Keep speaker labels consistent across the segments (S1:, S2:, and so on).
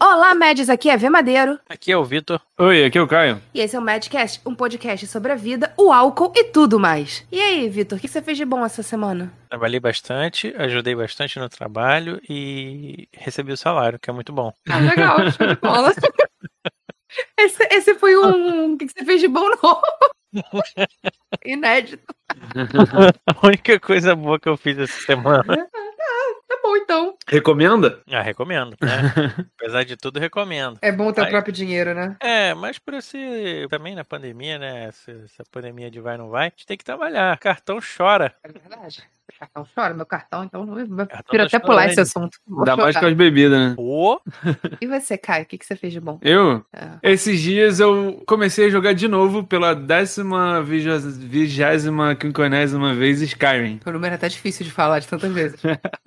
S1: Olá, Médios, aqui é V Madeiro.
S2: Aqui é o Vitor.
S3: Oi, aqui é o Caio.
S1: E esse é o Madcast, um podcast sobre a vida, o álcool e tudo mais. E aí, Vitor, o que você fez de bom essa semana?
S2: Trabalhei bastante, ajudei bastante no trabalho e recebi o salário, que é muito bom.
S1: Ah, legal, show de bola. Esse, esse foi um. O que você fez de bom, não? Inédito.
S2: A única coisa boa que eu fiz essa semana.
S1: Tá bom, então.
S3: Recomenda?
S2: Ah, recomendo, né? Apesar de tudo, recomendo.
S1: É bom ter o
S2: Ai.
S1: próprio dinheiro, né?
S2: É, mas por esse. Também na pandemia, né? Essa, essa pandemia de vai não vai, a gente tem que trabalhar. Cartão chora.
S1: É verdade. Meu cartão chora, meu cartão, então eu prefiro
S2: tá
S1: até pular
S2: chorando.
S1: esse assunto. Vou
S3: Ainda mais
S1: chorar.
S3: com as bebidas, né?
S2: Pô,
S1: E você, Caio, o que que você fez de bom?
S3: Eu?
S2: É.
S1: Ah.
S3: Esses dias eu comecei a jogar de novo pela décima, vigés- vigésima, quinquenésima vez Skyrim.
S1: O número é até difícil de falar de tantas vezes.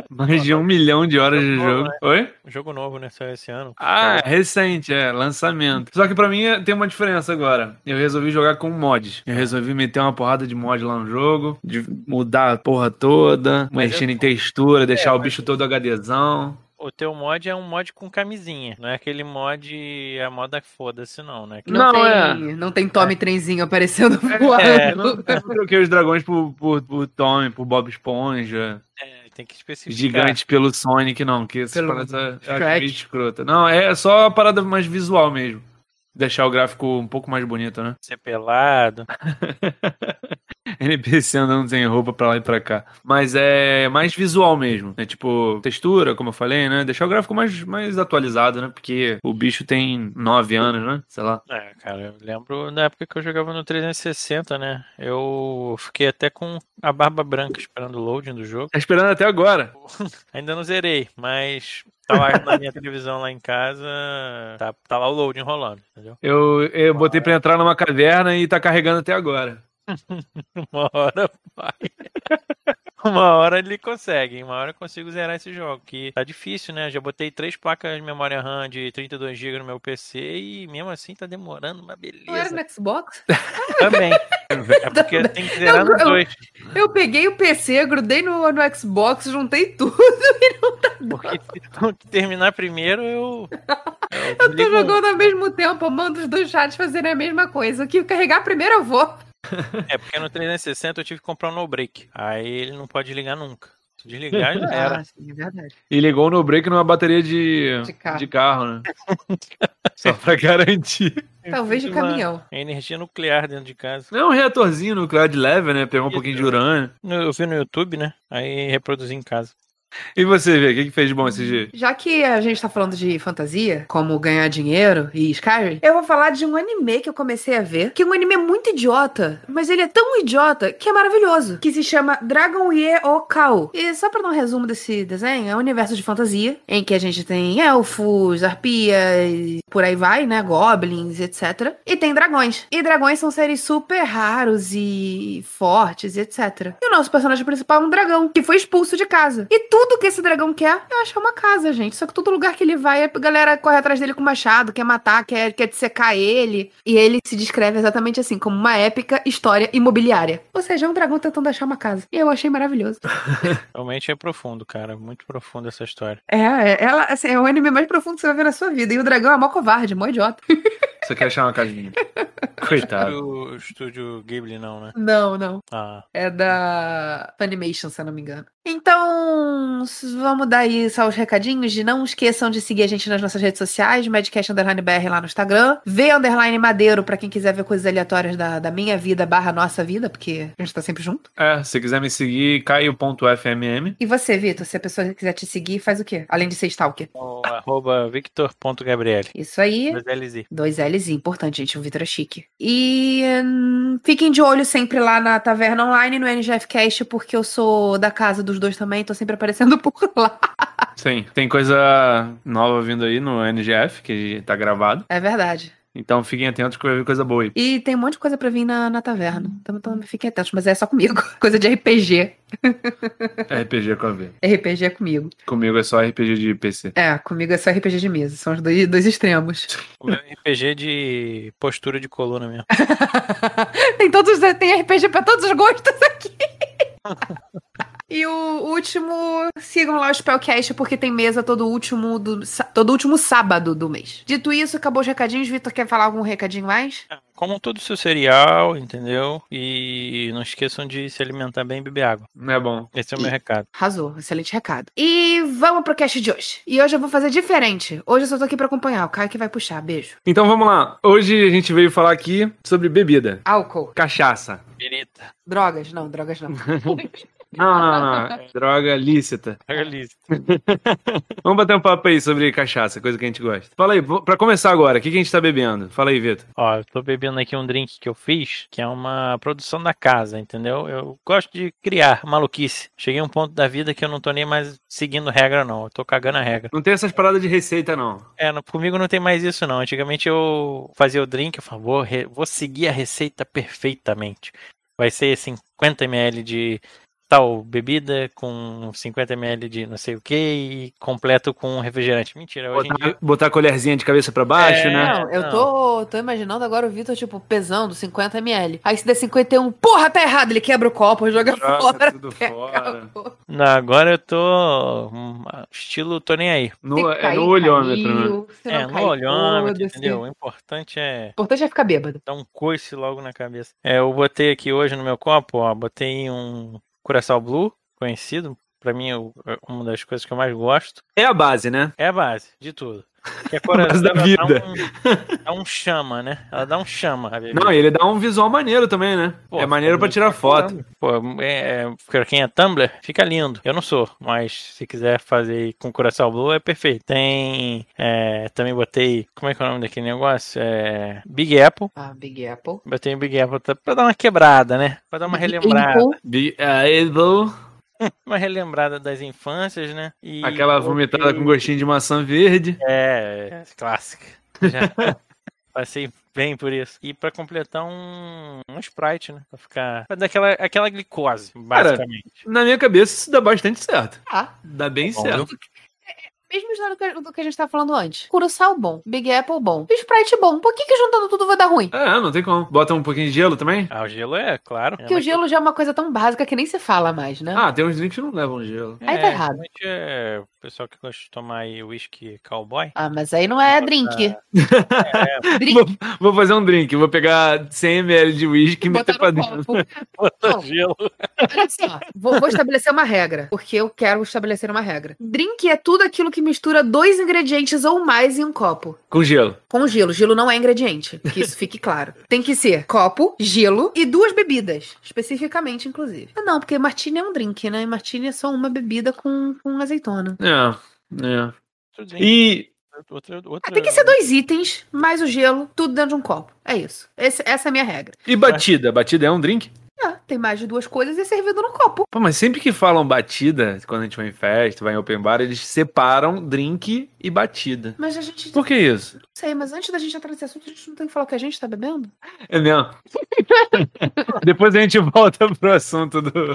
S3: Mais de um milhão de horas de
S2: Jogou,
S3: jogo.
S2: né?
S3: Oi?
S2: jogo novo, né? Saiu esse ano.
S3: Ah, recente, é, lançamento. Só que pra mim é- tem uma diferença agora. Eu resolvi jogar com mods. Eu resolvi meter uma porrada de mod lá no jogo, de mudar a porra toda,
S2: Mas
S3: mexendo
S2: eu- É,
S3: em textura, deixar o
S2: mas-
S3: bicho todo HDzão.
S2: O teu mod é um mod com camisinha. Não é aquele mod é a moda foda-se, não, né? Que-
S3: Não,
S1: tem,
S3: é.
S1: Não tem Tommy Trenzinho aparecendo voando.
S2: é,
S3: Eu não- eu não troquei os dragões por, por, por Tommy, por Bob Esponja,
S2: é, tem que especificar.
S3: gigante pelo Sonic, não, que essas
S1: Pelo
S3: paradas eu acho
S1: Shrek.
S3: meio escrota. Não, é só a parada mais visual mesmo. Deixar o gráfico um pouco mais bonito, né?
S2: Ser pelado.
S3: NPC andando sem roupa pra lá e pra cá. Mas é mais visual mesmo. É tipo, textura, como eu falei, né? Deixar o gráfico mais, mais atualizado, né? Porque o bicho tem 9 anos, né? Sei lá.
S2: É, cara, eu lembro da época que eu jogava no 360, né? Eu fiquei até com a barba branca esperando o loading do jogo.
S3: Tá esperando até agora.
S2: Ainda não zerei, mas tá lá na minha televisão lá em casa, tá, tá lá o loading rolando, entendeu?
S3: Eu, eu botei pra entrar numa caverna e tá carregando até agora.
S2: Uma hora vai. Uma hora ele consegue, uma hora eu consigo zerar esse jogo, que tá difícil, né? Já botei três placas de memória RAM de 32GB no meu PC e mesmo assim tá demorando uma
S1: Não era
S2: beleza.
S1: no Xbox?
S2: Também. É porque tem que zerar nos
S1: eu-
S2: dois.
S1: Eu peguei o PC, grudei no, no Xbox, juntei tudo.
S2: Porque se tu terminar primeiro, eu. Eu,
S1: Eu tô
S2: desligo
S1: jogando ao mesmo tempo, eu mando os dois chats fazerem a mesma coisa. Que carregar primeiro eu vou.
S2: um. É porque no 360 eu tive que comprar um no break. Aí ele não pode ligar nunca. Se desligar, já era.
S1: sim, é verdade.
S3: E ligou no break numa bateria de,
S1: De carro.
S3: de carro, né? Só pra garantir.
S1: Talvez de
S2: Uma
S1: caminhão.
S2: Energia nuclear dentro de casa.
S3: É um reatorzinho nuclear de leve, né? Pegar um
S2: Isso.
S3: pouquinho de urânio.
S2: No- Eu vi no YouTube, né? Aí reproduzi em casa.
S3: E você, Vê, o que, que fez de bom esse dia?
S1: Já que a gente tá falando de fantasia, como ganhar dinheiro e Skyrim, eu vou falar de um anime que eu comecei a ver, que é um anime muito idiota, mas ele é tão idiota que é maravilhoso, que se chama Dragon Ye Okao. E só pra dar um resumo desse desenho, é um universo de fantasia, em que a gente tem elfos, arpias, por aí vai, né, goblins, etc. E tem dragões. E dragões são seres super raros e fortes, e etc. E o nosso personagem principal é um dragão, que foi expulso de casa. E tudo que esse dragão quer é achar uma casa, gente. Só que todo lugar que ele vai, a galera corre atrás dele com machado, quer matar, quer, quer dissecar ele. E ele se descreve exatamente assim, como uma épica história imobiliária. Ou seja, é um dragão tentando achar uma casa. E eu achei maravilhoso.
S2: Realmente é profundo, cara. Muito profundo essa história.
S1: É, é, ela, assim, é o anime mais profundo que você vai ver na sua vida. E o dragão é mó covarde, mó idiota.
S3: Você quer achar uma casinha? Coitado.
S2: O estúdio Ghibli, não, né?
S1: Não, não.
S2: Ah,
S1: É da Funimation, se eu não me engano. Então, s- vamos dar aí só os recadinhos de não esqueçam de seguir a gente nas nossas redes sociais, Madcast Underline BR lá no Instagram, V Underline Madeiro pra quem quiser ver coisas aleatórias da, da minha vida barra nossa vida, porque a gente tá sempre junto.
S3: É, se quiser me seguir, caio.fmm.
S1: E você, Vitor, se a pessoa quiser te seguir, faz o quê? Além de ser stalker.
S2: o arroba victor.gabriel.
S1: Isso aí.
S2: Dois LZ.
S1: Dois L's, importante, gente. O Vitor é chique. E hum, fiquem de olho sempre lá na Taverna Online, no NGF Cast, porque eu sou da casa dos dois também, tô sempre aparecendo por lá.
S3: Sim, tem coisa nova vindo aí no NGF, que tá gravado.
S1: É verdade.
S3: Então fiquem atentos que vai vir coisa boa aí.
S1: E tem um monte de coisa pra vir na, na taverna. Então, então fiquem atentos, mas é só comigo. Coisa de RPG.
S3: RPG com a V.
S1: RPG é comigo.
S3: Comigo é só RPG de PC.
S1: É, comigo é só RPG de mesa. São os dois, dois extremos.
S2: O meu RPG de postura de coluna mesmo.
S1: tem, todos, tem RPG pra todos os gostos aqui. E o último, sigam lá o Spellcast, porque tem mesa todo último, do, sa- todo último sábado do mês. Dito isso, acabou os recadinhos. Vitor, quer falar algum recadinho mais?
S2: Comam todo o seu é cereal, entendeu? E não esqueçam de se alimentar bem e beber água.
S3: Não é bom.
S2: Esse é o meu recado.
S1: Arrasou, excelente recado. E vamos pro cast de hoje. E hoje eu vou fazer diferente. Hoje eu só tô aqui pra acompanhar, o Caio que vai puxar. Beijo.
S3: Então vamos lá. Hoje a gente veio falar aqui sobre bebida.
S1: Álcool.
S3: Cachaça.
S2: Birita.
S1: Drogas. Não, drogas não.
S3: Não, não, não. É droga lícita. Vamos bater um papo aí sobre cachaça, coisa que a gente gosta. Fala aí, vo- pra começar agora, o que, que a gente tá bebendo? Fala aí, Vitor.
S2: Ó, eu tô bebendo aqui um drink que eu fiz, que é uma produção da casa, entendeu? Eu gosto de criar maluquice. Cheguei a um ponto da vida que eu não tô nem mais seguindo regra, não. Eu tô cagando a regra.
S3: Não tem essas paradas de receita, não.
S2: É, no- comigo não tem mais isso, não. Antigamente eu fazia o drink, eu falava, vou, re- vou seguir a receita perfeitamente. Vai ser 50 ml de tal bebida com 50 ml de não sei o que e completo com um refrigerante. Mentira, hoje em dia...
S3: Botar, botar a colherzinha de cabeça pra baixo,
S2: É.
S3: né?
S1: Não, eu
S2: Não.
S1: tô, tô imaginando agora o Vitor, tipo, pesando 50ml. Aí se der 51, porra, tá errado. Ele quebra o copo, joga
S3: Joga
S1: fora.
S3: tudo
S1: pega
S3: fora.
S1: o copo.
S2: Não, agora eu tô. hum, Estilo, tô nem aí.
S1: Se
S3: No, é
S1: cair,
S3: no olhômetro, né?
S1: caiu. Se não
S2: é, no
S1: cair,
S2: olhômetro,
S1: foda-se.
S2: entendeu? O importante é
S1: O importante é ficar bêbado.
S2: dar um coice logo na cabeça. É, eu botei aqui hoje no meu copo, ó, botei um Curaçao Blue, conhecido. Pra mim, é o- é uma das coisas que eu mais gosto.
S3: É a base, né?
S2: É a base de tudo. Que é
S3: base da
S2: ela
S3: vida.
S2: Dá um, dá um chama, né? Ela dá um chama. a bebida.
S3: Não, e ele dá um visual maneiro também, né?
S2: Pô,
S3: é maneiro pra tirar foto.
S2: Pô, é, é, pra quem é Tumblr, fica lindo. Eu não sou, mas se quiser fazer com coração blue é perfeito. Tem. é, também botei. Como é que é o nome daquele negócio? É, Big Apple.
S1: Ah, Big Apple.
S2: Botei o Big Apple tá- pra dar uma quebrada, né? Pra dar uma relembrada.
S1: Apple.
S3: Be able.
S2: Uma relembrada das infâncias, né? E
S3: Aquela vomitada
S2: botei-
S3: com gostinho de maçã verde.
S2: É, é clássica. Já passei bem por isso. E pra completar um, um Sprite, né? Pra ficar. Pra dar aquela, aquela glicose, basicamente.
S3: Na minha cabeça, isso dá bastante certo.
S1: Ah,
S3: Dá bem
S2: Tá Bom,
S3: certo.
S1: mesmo história do que, do que a gente tá falando antes. Curaçao bom, Big Apple bom, Sprite bom. Por que que juntando tudo vai dar ruim?
S3: É, não tem como. Bota um pouquinho de gelo também?
S2: Ah, o gelo é, claro.
S1: Porque o gelo já é uma coisa tão básica que nem se fala mais, né?
S3: Ah, tem uns drinks que não levam gelo.
S1: aí tá errado.
S2: geralmente É, o pessoal que gosta de tomar aí whisky cowboy.
S1: Ah, mas aí não é drink. drink
S3: Vou, vou fazer um drink. Vou pegar 100 ml de uísque e
S1: botar
S3: meter pra
S1: no
S3: dentro.
S1: copo.
S2: Bota
S1: Não.
S2: gelo.
S1: Olha só, vou, vou estabelecer uma regra, porque eu quero estabelecer uma regra. Drink é tudo aquilo que mistura dois ingredientes ou mais em um copo.
S3: Com gelo.
S1: Com gelo. Gelo não é ingrediente, que isso fique claro. Tem que ser copo, gelo e duas bebidas, especificamente, inclusive. Ah, não, porque martini é um drink, né? E martini é só uma bebida com, com azeitona.
S3: É, é.
S2: Outro drink,
S3: E
S2: outra-
S1: Ah,
S2: outra-
S1: tem que ser dois itens, mais o gelo, tudo dentro de um copo. É isso. Esse- essa é a minha regra.
S3: E batida? Batida é um drink?
S1: Ah, tem mais de duas coisas e é servido no copo.
S3: Pô, mas sempre que falam batida, quando a gente vai em festa, vai em open bar, eles separam drink e batida.
S1: Mas a gente. Não
S3: Por que isso?
S1: sei, mas antes da gente entrar nesse assunto, a gente não tem que falar o que a gente tá bebendo?
S3: É mesmo? Depois a gente volta pro assunto do.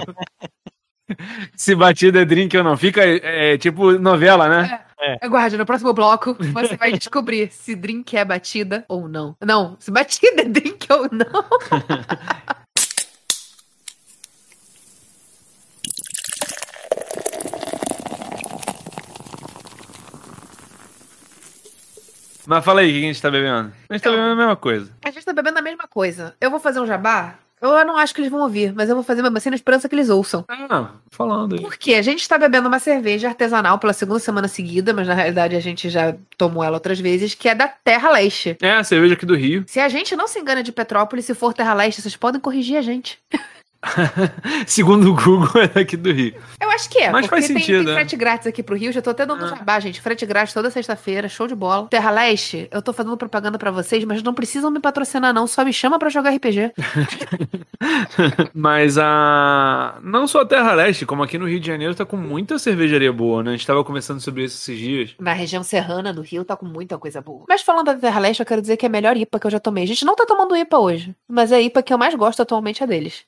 S3: Se batida é drink ou não. Fica é, tipo novela, né?
S1: Aguarde, no próximo bloco você vai descobrir se drink é batida ou não. Não, se batida é drink ou não.
S3: Mas fala aí o que a gente tá bebendo. A gente tá bebendo a mesma coisa.
S1: A gente tá bebendo a mesma coisa. Eu vou fazer um jabá. Eu não acho que eles vão ouvir, mas eu vou fazer mesmo assim na esperança que eles ouçam.
S3: Ah, falando aí.
S1: Porque a gente tá bebendo uma cerveja artesanal pela segunda semana seguida, mas na realidade a gente já tomou ela outras vezes, que é da Terra Leste.
S3: É, a cerveja aqui do Rio.
S1: Se a gente não se engana de Petrópolis, se for Terra Leste, vocês podem corrigir a gente.
S3: Segundo o Google, é daqui do Rio.
S1: Eu acho que é,
S3: Mas
S1: porque
S3: faz
S1: tem-
S3: sentido,
S1: tem,
S3: né?
S1: frete grátis aqui pro Rio, já tô até dando
S3: Ah.
S1: jabá, gente. Frete grátis toda sexta-feira, show de bola. Terra Leste, eu tô fazendo propaganda pra vocês, mas não precisam me patrocinar não, só me chama pra jogar RPG.
S3: Mas a. Não só a Terra Leste, como aqui no Rio de Janeiro tá com muita cervejaria boa, né? A gente tava conversando sobre isso esses dias.
S1: Na região serrana do Rio tá com muita coisa boa. Mas falando da Terra Leste, eu quero dizer que é a melhor IPA que eu já tomei. A gente não tá tomando IPA hoje, mas a IPA que eu mais gosto atualmente é deles.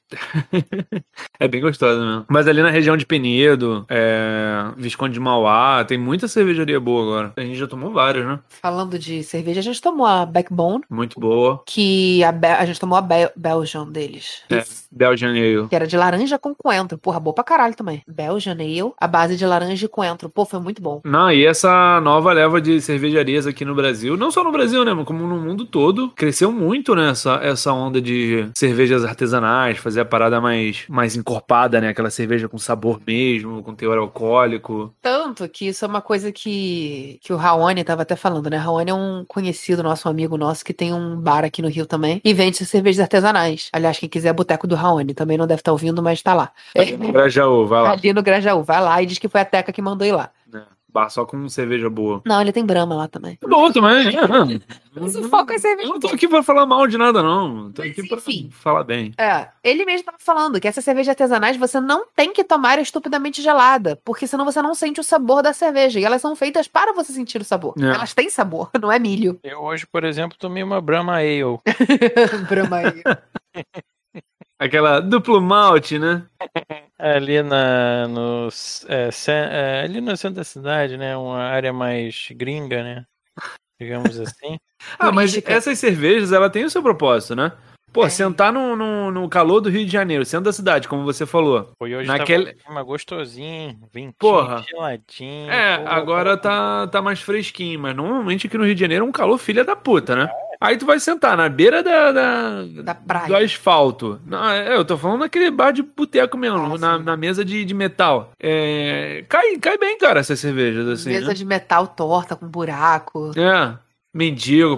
S3: É bem gostosa mesmo. Mas ali na região de Penedo, é, Visconde de Mauá, tem muita cervejaria boa agora. A gente já tomou várias, né?
S1: Falando de cerveja, a gente tomou a Backbone,
S3: Muito boa.
S1: que a, Be- a gente tomou a Be Belgian deles.
S3: É. Belgian Ale.
S1: Que era de laranja com coentro. Porra, boa pra caralho também. Belgian Ale, a base de laranja e coentro. Pô, foi muito bom.
S3: Não, e essa nova leva de cervejarias aqui no Brasil, não só no Brasil, né, mas como no mundo todo, cresceu muito, né, essa, essa onda de cervejas artesanais, fazer a parada mais, mais encorpada, né, aquela cerveja com sabor mesmo, com teor alcoólico.
S1: Tanto que isso é uma coisa que, que o Raoni tava até falando, né? Raoni é um conhecido nosso, um amigo nosso, que tem um bar aqui no Rio também e vende cervejas artesanais. Aliás, quem quiser, é Boteco do Raoni. Também não deve estar ouvindo, mas tá lá.
S3: Grajaú, vai lá.
S1: Ali no Grajaú. Vai lá e diz que foi a Teca que mandou ir lá.
S3: né, Bar só com cerveja boa.
S1: Não, ele tem Brahma lá também.
S3: É Bom também. né?
S1: Mas o foco é cerveja.
S3: Eu não tô aqui pra falar mal de nada, não. Tô
S1: Mas,
S3: aqui pra
S1: enfim.
S3: falar bem.
S1: É, ele mesmo tava falando que essas cervejas artesanais você não tem que tomar estupidamente gelada, porque senão você não sente o sabor da cerveja. E elas são feitas para você sentir o sabor.
S3: É.
S1: Elas têm sabor, não é milho.
S2: Eu hoje, por exemplo, tomei uma Brahma Ale.
S1: Brahma Ale.
S3: Aquela duplo malte, né?
S2: É, Ali, na, no, é, cen- é, ali no centro da cidade, né? Uma área mais gringa, né? Digamos assim.
S3: Ah, mas
S1: Turística.
S3: essas cervejas, ela tem o seu propósito, né? Pô,
S1: É.
S3: sentar no, no, no calor do Rio de Janeiro, centro da cidade, como você falou.
S2: Foi hoje
S3: Naquele-
S2: tava um clima gostosinho, vintinho,
S3: Porra.
S2: geladinho.
S3: É,
S2: porra.
S3: agora tá, tá mais fresquinho, mas normalmente aqui no Rio de Janeiro é um calor filha da puta, né? Aí tu vai sentar na beira da, da-
S1: Da praia.
S3: do asfalto. Não, é, eu tô falando naquele bar de boteco mesmo,
S1: Ah,
S3: na,
S1: sim.
S3: na mesa de, de metal. É, cai, cai bem, cara, essas cervejas, assim.
S1: Mesa
S3: né?
S1: de metal torta, com buraco.
S3: É. Mendigo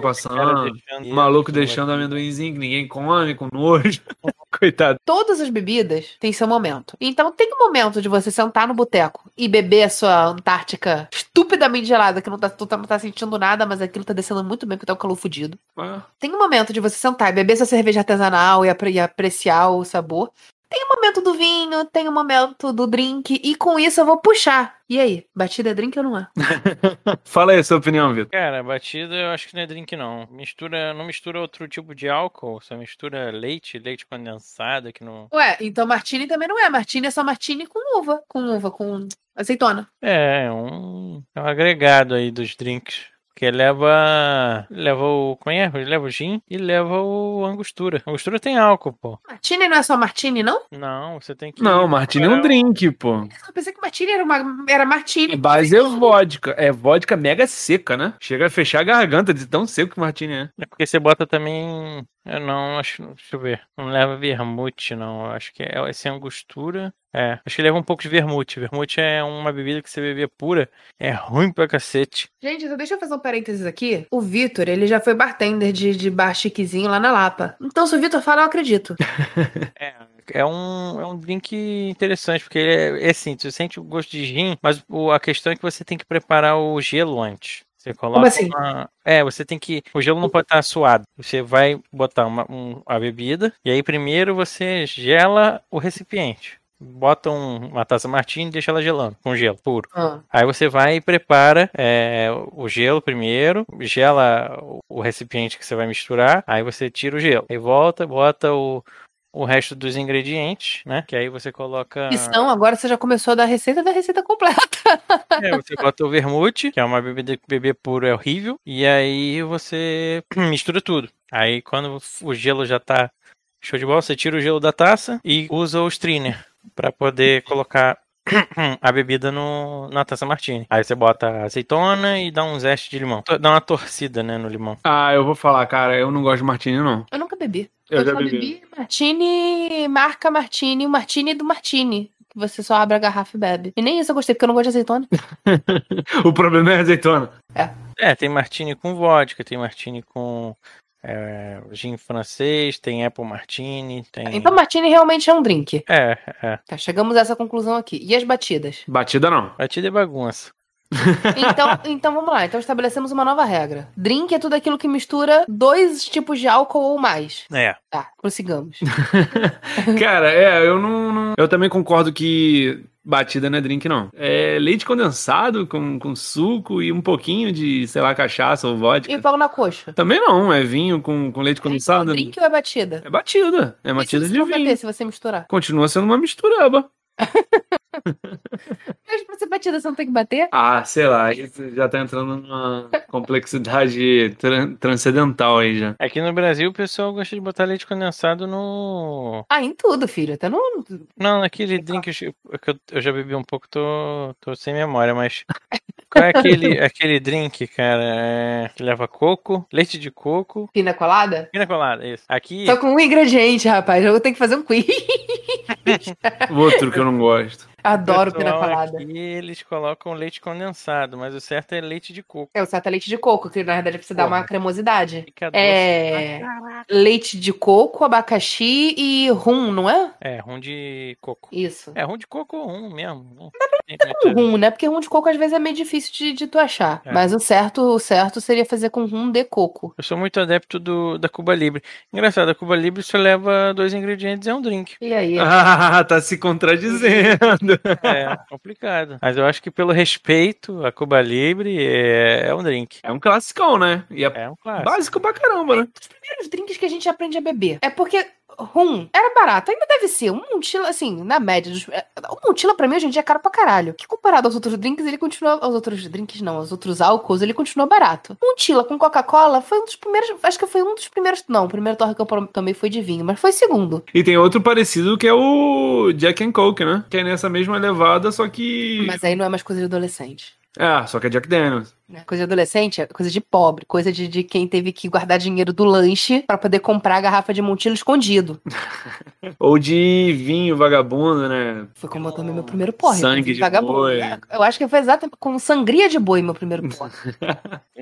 S2: Cara
S3: passando.
S2: deixando-
S3: Ah, Maluco
S1: um
S3: deixando amendoinzinho que ninguém come, com nojo. Coitado.
S1: Todas as bebidas têm seu momento. Então tem um momento de você sentar no boteco e beber a sua Antártica estupidamente gelada, que não tá, tu tá- não tá sentindo nada, mas aquilo tá descendo muito bem porque tá um calor fudido.
S3: Ah,
S1: Tem um momento de você sentar e beber sua cerveja artesanal e apre- e apreciar o sabor. Tem o momento do vinho, tem o momento do drink, e com isso eu vou puxar. E aí, batida é drink ou não é?
S3: Fala aí a sua opinião, Vitor.
S2: Cara, batida eu acho que não é drink não. Mistura, não mistura outro tipo de álcool, só mistura leite, leite condensado que não.
S1: Ué, então martini também não é. Martini é só martini com uva, com uva, com azeitona.
S2: É, é um, é um agregado aí dos drinks. Porque leva. Leva o. Como é? Leva o gin e leva o angostura. Angostura tem álcool, pô.
S1: Martini não é só martini, não?
S2: Não, você tem que.
S3: Não, Martini é um drink, pô.
S1: Eu pensei que martini era, uma, era martini.
S3: Base é vodka. É vodka mega seca, né? Chega a fechar a garganta de tão seco que Martini é.
S2: É porque você bota também. Eu não, acho. Deixa eu ver. Não leva vermute, não. Eu Acho que é sem angostura. É, acho que leva um pouco de vermute. Vermute é uma bebida que você beber pura. É ruim pra cacete.
S1: Gente, então deixa eu fazer um parênteses aqui. O Vitor, ele já foi bartender de, de bar chiquezinho lá na Lapa. Então, se o Vitor fala, eu acredito.
S2: É, é um, é um drink interessante, porque ele é, é assim, você sente o gosto de gin, mas o- a questão é que você tem que preparar o gelo antes. Você coloca
S1: assim?
S2: uma- É, você tem que. O gelo não pode estar suado. Você vai botar uma, um- a bebida, e aí primeiro você gela o recipiente. Bota um- uma taça martini e deixa ela gelando, com gelo puro.
S1: Ah,
S2: Aí você vai e prepara é, o gelo primeiro, gela o- o recipiente que você vai misturar, aí você tira o gelo. Aí volta, bota o, o resto dos ingredientes, né? Que aí você
S3: Ah.
S2: coloca.
S1: E são, agora você já começou a dar a receita da receita completa.
S2: É, você bota o vermute, que é uma bebida que beber puro é horrível, e aí você mistura tudo. Aí quando o gelo já tá show de bola, você tira o gelo da taça e usa o strainer pra poder colocar a bebida no, na taça martini. Aí você bota azeitona e dá um zeste de limão. Dá uma torcida, né, no limão.
S3: Ah, eu vou falar, cara, eu não gosto de Martini, não.
S1: Eu nunca bebi.
S3: Eu, já
S1: só
S3: bebi.
S1: Martini, marca Martini, o Martini do Martini. Que você só abre a garrafa e bebe. E nem isso eu gostei, porque eu não gosto de azeitona.
S3: O problema é a azeitona.
S2: É, tem martini com vodka, tem martini com é, gin francês, tem apple martini, tem...
S1: Então, Martini realmente é um drink.
S2: É, é.
S1: Tá, chegamos a essa conclusão aqui. E as batidas?
S3: Batida não.
S2: Batida é bagunça.
S1: Então, então vamos lá. Então estabelecemos uma nova regra. Drink é tudo aquilo que mistura dois tipos de álcool ou mais.
S2: É.
S1: Tá, prossigamos.
S3: Cara, é, eu não, não- Eu também concordo que batida não é drink, não. É leite condensado com, com suco e um pouquinho de, sei lá, cachaça ou vodka.
S1: E o pão na coxa.
S3: Também não, é vinho com, com leite condensado.
S1: É drink ou é batida?
S3: É batida. É batida
S1: Isso
S3: de
S1: não vai
S3: vinho.
S1: ter se você misturar.
S3: Continua sendo uma mistureba.
S1: Mas pra ser batida, você não tem que bater?
S3: Ah, sei lá, isso já tá entrando numa complexidade tran- transcendental aí já.
S2: Aqui no Brasil o pessoal gosta de botar leite condensado no.
S1: Ah, em tudo, filho. Até no.
S2: Não, naquele drink que eu, eu já bebi um pouco, tô, tô sem memória, mas. Qual é aquele, aquele drink, cara? É, que leva coco, leite de coco.
S1: Pina colada?
S2: Pina colada, isso. Aqui.
S1: Só com um ingrediente, rapaz. Eu vou ter que fazer um quiz.
S3: Outro que eu não gosto.
S1: Adoro pina
S3: é
S2: pessoal,
S1: colada.
S2: Aqui eles colocam leite condensado, mas o certo é leite de coco.
S1: É, o certo é leite de coco, que na verdade precisa dar uma
S2: Porra.
S1: cremosidade.
S2: Fica doce. né?
S1: É. Leite de coco, abacaxi e rum, não é?
S2: É, rum de coco.
S1: Isso.
S2: É, rum de coco ou rum mesmo. Não tem
S1: Com
S2: muita-
S1: rum, né? Porque rum de coco às vezes é meio difícil de, de tu achar.
S2: É.
S1: Mas o certo, o certo seria fazer com rum de coco.
S2: Eu sou muito adepto do, da Cuba Libre. Engraçado, a Cuba Libre só leva dois ingredientes e é um drink.
S1: E aí?
S3: Ah, tá se contradizendo.
S2: É complicado. Mas eu acho que pelo respeito, a Cuba Libre é, é um drink.
S3: É um classicão, né? E é
S2: É um clássico.
S3: básico pra caramba, né?
S1: primeiros drinks que a gente aprende a beber. É porque rum era barato, ainda deve ser. Um montila, assim, na média. Dos... é, Um montila pra mim hoje em dia é caro pra caralho. Que comparado aos outros drinks, ele continua. Aos outros drinks, não, aos outros álcools, ele continua barato. Montila com Coca-Cola foi um dos primeiros. Acho que foi um dos primeiros. Não, o primeiro torre que eu também foi de vinho, mas foi o segundo.
S3: E tem outro parecido que é o Jack and Coke, né? Que é nessa mesma levada, só que.
S1: Mas aí não é mais coisa de adolescente.
S3: Ah, só que é Jack Daniels.
S1: né? Coisa de adolescente é coisa de pobre, coisa de, de quem teve que guardar dinheiro do lanche pra poder comprar a garrafa de Montila escondido.
S3: Ou de vinho vagabundo, né?
S1: Foi como eu tomei meu primeiro porre.
S3: Sangue
S1: inclusive,
S3: de
S1: vagabundo.
S3: boi.
S1: É, Eu acho que foi exatamente com sangria de boi meu primeiro porre.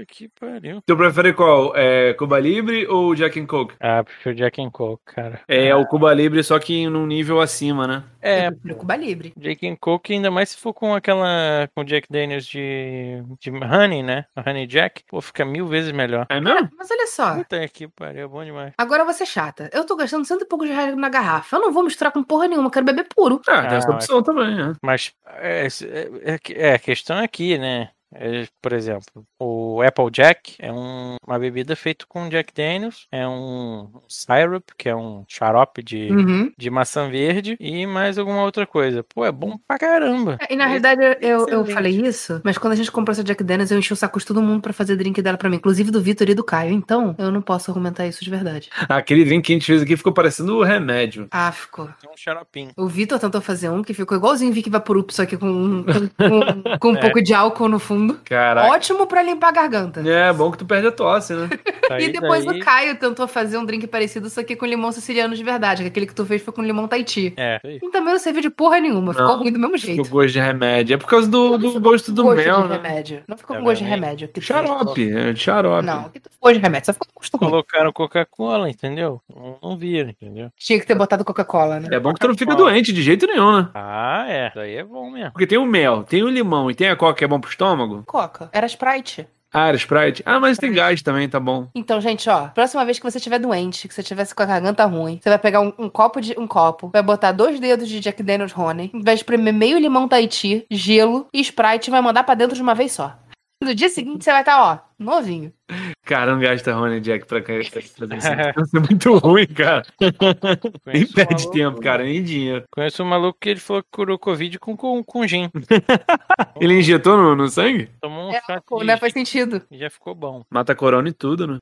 S2: Que pariu.
S3: Tu prefere qual? É Cuba Libre ou Jack and Coke?
S2: Ah, prefiro Jack and Coke, cara.
S3: É o Cuba Libre, só que num nível acima, né?
S2: É,
S1: Eu prefiro Cuba Libre.
S2: Jack and Coke, ainda mais se for com aquela. com Jack Daniels de. de Honey, né? Honey Jack. Pô, fica mil vezes melhor.
S3: É mesmo?
S1: Mas olha só.
S2: Puta que pariu, é bom demais.
S1: Agora você chata. Eu tô gastando cento e poucos reais na garrafa. Eu não vou misturar com porra nenhuma, eu quero beber puro.
S3: Ah, tem essa
S2: Ah,
S3: opção também, né?
S2: Mas é, é- é que- é, a questão é aqui, né? É, Por exemplo, o Applejack é um- uma bebida feita com Jack Daniels, é um syrup, que é um xarope de,
S1: Uhum.
S2: de maçã verde, e mais alguma outra coisa. Pô, é bom pra caramba.
S1: E na realidade eu- eu, eu
S2: Excelente.
S1: falei isso, mas quando a gente comprou essa Jack Daniels, eu enchi o saco de todo mundo pra fazer drink dela pra mim, inclusive do Vitor e do Caio. Então, eu não posso argumentar isso de verdade.
S3: Aquele drink que a gente fez aqui ficou parecendo remédio.
S1: Ah, ficou.
S2: É um xaropinho.
S1: O Vitor tentou fazer um que ficou igualzinho Vicky Vaporup, só que com, com, com um
S2: É.
S1: pouco de álcool no fundo.
S3: Caraca.
S1: Ótimo pra limpar a garganta.
S3: É, bom que tu perde a tosse, né?
S2: Tá
S1: E
S2: aí,
S1: depois
S2: daí-
S1: o Caio tentou fazer um drink parecido, só que com limão siciliano de verdade. que Aquele que tu fez foi com limão Tahiti.
S2: É, isso aí.
S1: E também não serviu de porra nenhuma, ficou
S3: Não.
S1: ruim do mesmo
S3: Ficou
S1: jeito.
S3: gosto de remédio. É por causa do, do gosto do
S1: gosto
S3: mel,
S1: de
S3: né?
S1: remédio. Não ficou
S2: É
S1: com gosto de
S2: verdade.
S1: remédio. que tu fez.
S3: Xarope, é xarope.
S1: Não, que tu ficou de remédio, só ficou com gosto ruim.
S2: colocaram Coca-Cola, entendeu? Não, não vira, entendeu?
S1: Tinha que ter botado Coca-Cola, né?
S3: É bom que tu não fica doente de jeito nenhum, né?
S2: Ah, é. Daí é bom mesmo.
S3: Porque tem o mel, tem o limão e tem a coca que é bom pro estômago.
S1: Coca. Era Sprite.
S3: Ah, era Sprite. Ah, mas tem gás também, tá bom.
S1: Então, gente, ó, próxima vez que você estiver doente, que você tivesse com a garganta ruim, você vai pegar um, um copo de um copo, vai botar dois dedos de Jack Daniels Honey, vai espremer meio limão Tahiti, gelo e Sprite e vai mandar pra dentro de uma vez só. No dia seguinte você vai estar, ó, novinho.
S3: Cara, não gasta Rony Jack pra pra fazer isso. Isso é muito ruim, cara. Nem
S2: Conheço um
S3: perde
S2: maluco-
S3: tempo, cara, nem dinheiro.
S2: Conheço um maluco que ele falou que curou Covid com, com, com gin.
S3: Ele injetou no, no sangue?
S2: Tomou um
S1: É,
S2: shot
S1: Pô,
S2: de
S1: né? Faz
S2: gin
S1: sentido.
S2: e já ficou bom.
S3: Mata corona e tudo, né?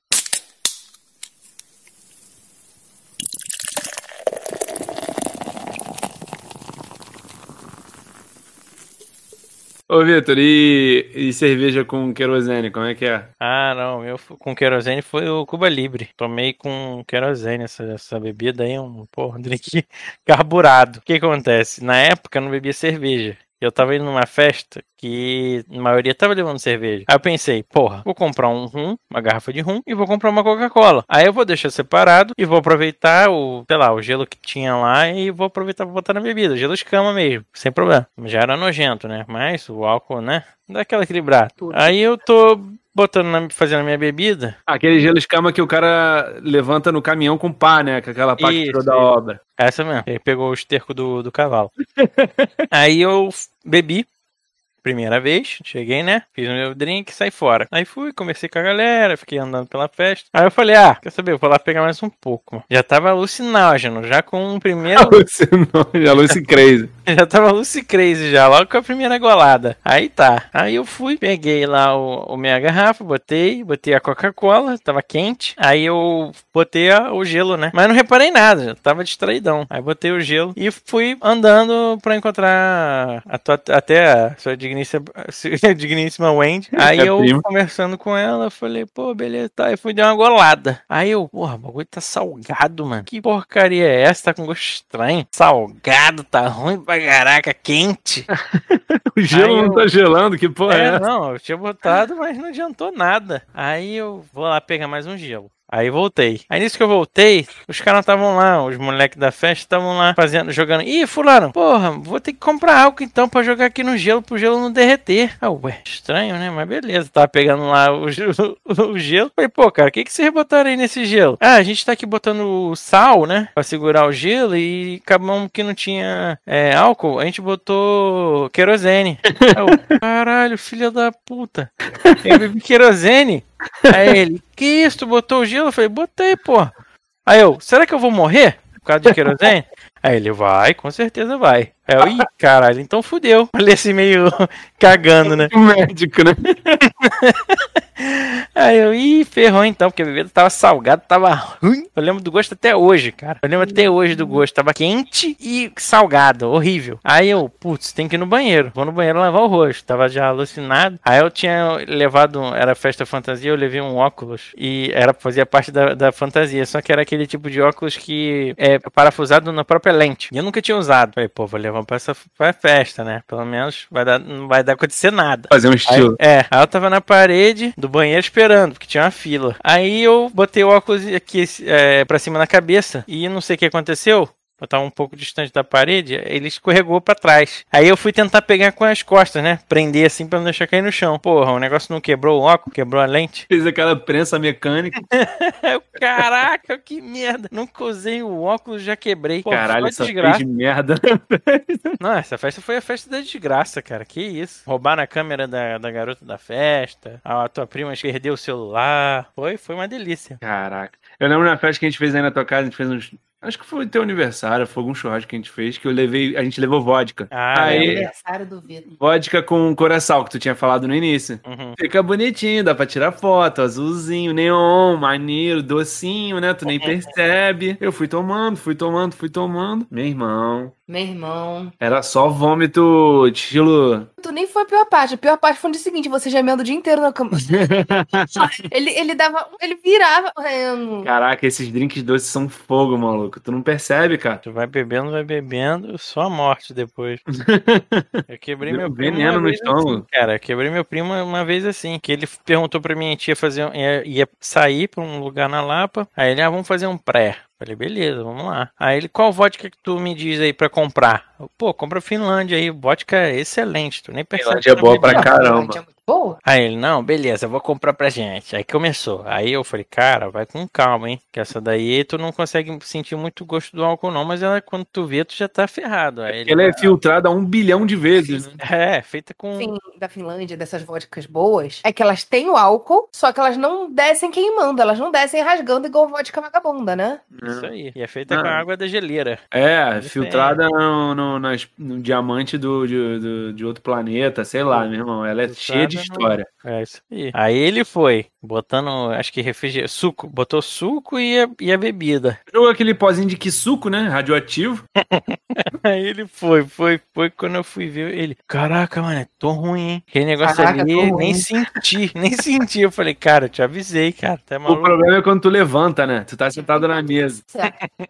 S3: Ô, Vitor, e, e cerveja com querosene, como é que é?
S2: Ah, não, meu f- com querosene foi o Cuba Libre. Tomei com querosene essa, essa bebida aí, um porra, um drink carburado. O que acontece? Na época eu não bebia cerveja. Eu tava indo numa festa que a maioria tava levando cerveja. Aí eu pensei, porra, vou comprar um rum, uma garrafa de rum, e vou comprar uma Coca-Cola. Aí eu vou deixar separado e vou aproveitar o, sei lá, o gelo que tinha lá e vou aproveitar pra botar na bebida. Gelo escama mesmo, sem problema. Já era nojento, né? Mas o álcool, né? Dá aquela equilibrada.
S1: Tudo.
S2: Aí eu tô botando na, fazendo a minha bebida.
S3: Aquele gelo escama que o cara levanta no caminhão com pá, né? Com aquela pá que
S2: Isso,
S3: tirou da
S2: isso.
S3: obra.
S2: Essa mesmo. Ele pegou o esterco do, do cavalo. Aí eu f- bebi. Primeira vez, cheguei, né? Fiz o meu drink e saí fora. Aí fui, conversei com a galera, fiquei andando pela festa. Aí eu falei, ah, quer saber? Eu vou lá pegar mais um pouco. Já tava alucinógeno, já com o primeiro.
S3: É Alucinógeno, é alucin crazy.
S2: Já tava Lucy Crazy já, logo com a primeira golada. Aí tá. Aí eu fui, peguei lá o, o minha garrafa, botei, botei a Coca-Cola, tava quente. Aí eu botei a- o gelo, né? Mas não reparei nada, já tava distraidão. Aí botei o gelo e fui andando pra encontrar a tua- até a sua digníssima, sua digníssima Wendy. Aí
S3: É
S2: eu
S3: primo.
S2: conversando com ela, eu falei, pô, beleza, tá. E fui dar uma golada. Aí eu, porra, o bagulho tá salgado, mano. Que porcaria é essa? Tá com gosto estranho. Salgado, tá ruim pra caraca, quente.
S3: O gelo
S2: Aí
S3: não
S2: eu-
S3: tá gelando, que porra é
S2: É,
S3: essa?
S2: não, eu tinha botado, mas não adiantou nada. Aí eu vou lá pegar mais um gelo. Aí voltei. Aí nisso que eu voltei, os caras estavam lá, os moleques da festa estavam lá fazendo, jogando. Ih, fulano, porra, vou ter que comprar álcool então pra jogar aqui no gelo, pro gelo não derreter. Ah, ué, estranho, né? Mas beleza, tava pegando lá o, ge- o gelo. Falei, pô, cara, o que, que vocês botaram aí nesse gelo? Ah, a gente tá aqui botando sal, né? Pra segurar o gelo e acabamos que não tinha é, álcool, a gente botou querosene. Aí eu, Caralho, filha da puta. Eu bebi querosene. Aí ele, que isso, tu botou o gelo? Eu falei, botei, pô. Aí eu, será que eu vou morrer por causa de querosene? Aí ele, vai, com certeza vai. Aí eu, ih, caralho, então fudeu. Olha esse meio cagando, né?
S3: O médico, né?
S2: Aí eu, ih, ferrou então, porque a bebida tava salgada, tava ruim. Eu lembro do gosto até hoje, cara. Eu lembro até hoje do gosto. Tava quente e salgado, horrível. Aí eu, putz, tem que ir no banheiro. Vou no banheiro lavar o rosto. Tava já alucinado. Aí eu tinha levado, um- era festa fantasia, eu levei um óculos. E era, fazia parte da, da fantasia. Só que era aquele tipo de óculos que é parafusado na própria lente. E eu nunca tinha usado. Falei, pô, vou levar pra essa pra festa, né? Pelo menos vai dar, não vai dar acontecer nada.
S3: Fazer um
S2: Aí-
S3: estilo.
S2: é, aí eu tava na parede do banheiro esperando, porque tinha uma fila. Aí eu botei o óculos aqui é, pra cima na cabeça e não sei o que aconteceu. Eu tava um pouco distante da parede, ele escorregou pra trás. Aí eu fui tentar pegar com as costas, né? Prender assim pra não deixar cair no chão. Porra, o negócio não quebrou o óculos, quebrou a lente.
S3: Fez aquela prensa mecânica.
S2: Eu, caraca, que merda. Nunca usei o óculos, já quebrei. Pô,
S3: Caralho,
S2: só
S3: essa
S2: desgraça.
S3: fez de merda. né?
S2: Não, essa festa foi a festa da desgraça, cara. Que isso. Roubaram a câmera da, da garota da festa. A tua prima perdeu o celular. Foi, foi uma delícia.
S3: Caraca. Eu lembro na festa que a gente fez aí na tua casa, a gente fez uns. Acho que foi teu aniversário, foi algum churrasco que a gente fez, que eu levei. A gente levou vodka.
S2: Ah,
S1: É o
S3: aí,
S1: aniversário do Vitor.
S3: vodka com coração, que tu tinha falado no início.
S2: Uhum.
S3: Fica bonitinho, dá pra tirar foto, azulzinho, neon, maneiro, docinho, né? Tu nem
S2: É.
S3: percebe. Eu fui tomando, fui tomando, fui tomando. Meu irmão,
S1: Meu irmão.
S3: era só vômito, estilo.
S1: Tu nem foi a pior parte. A pior parte foi no dia seguinte, você gemendo o dia inteiro na cama. ele, ele dava. Ele virava. É,
S3: Caraca, esses drinks doces são fogo, maluco. Tu não percebe, cara.
S2: Tu vai bebendo, vai bebendo, só a morte depois. Eu quebrei
S3: Deu
S2: meu primo.
S3: veneno
S2: uma
S3: no
S2: vez
S3: estômago.
S2: assim, cara, eu quebrei meu primo uma vez assim. Que ele perguntou pra minha tia fazer. um- Ia, ia sair pra um lugar na Lapa. Aí ele, ah, vamos fazer um pré. Falei, beleza, vamos lá. Aí ele, qual vodka que tu me diz aí pra comprar? Eu, Pô, compra Finlândia aí, vodka é excelente, tu nem percebe.
S3: Finlândia é
S2: que tá
S3: boa pra
S2: bebendo.
S3: caramba.
S1: É muito boa.
S2: Aí ele, não, beleza, vou comprar pra gente. Aí começou. Aí eu falei, cara, vai com calma, hein? Que essa daí tu não consegue sentir muito gosto do álcool, não, mas ela, quando tu vê, tu já tá ferrado. Aí ele,
S3: Ela é filtrada um bilhão de vezes, né?
S2: é, feita com.
S1: Fim da Finlândia, dessas vodkas boas, é que elas têm o álcool, só que elas não descem queimando, elas não descem rasgando igual vodka vagabunda, né?
S2: Isso aí. E é feita
S3: Ah.
S2: com a água da geleira.
S3: É,
S2: Isso
S3: filtrada no, no- nas- no diamante do, de, do- de outro planeta, sei lá, meu irmão. Ela é
S2: Filtrada
S3: cheia de
S2: no-
S3: história.
S2: É isso aí. Aí ele foi, botando, acho que refrigerante, suco. Botou suco e a, e a bebida.
S3: Jogou aquele pozinho de que suco, né? Radioativo.
S2: Aí ele foi, foi, foi. Quando eu fui ver, ele, caraca, mano, é tão ruim, hein? Aquele negócio
S1: Caraca,
S2: ali,
S1: tô
S2: nem
S1: ruim.
S2: senti, nem senti. Eu falei, cara, eu te avisei, cara, tá
S3: O
S2: maluco.
S3: problema é quando tu levanta, né? Tu tá sentado na mesa.
S1: é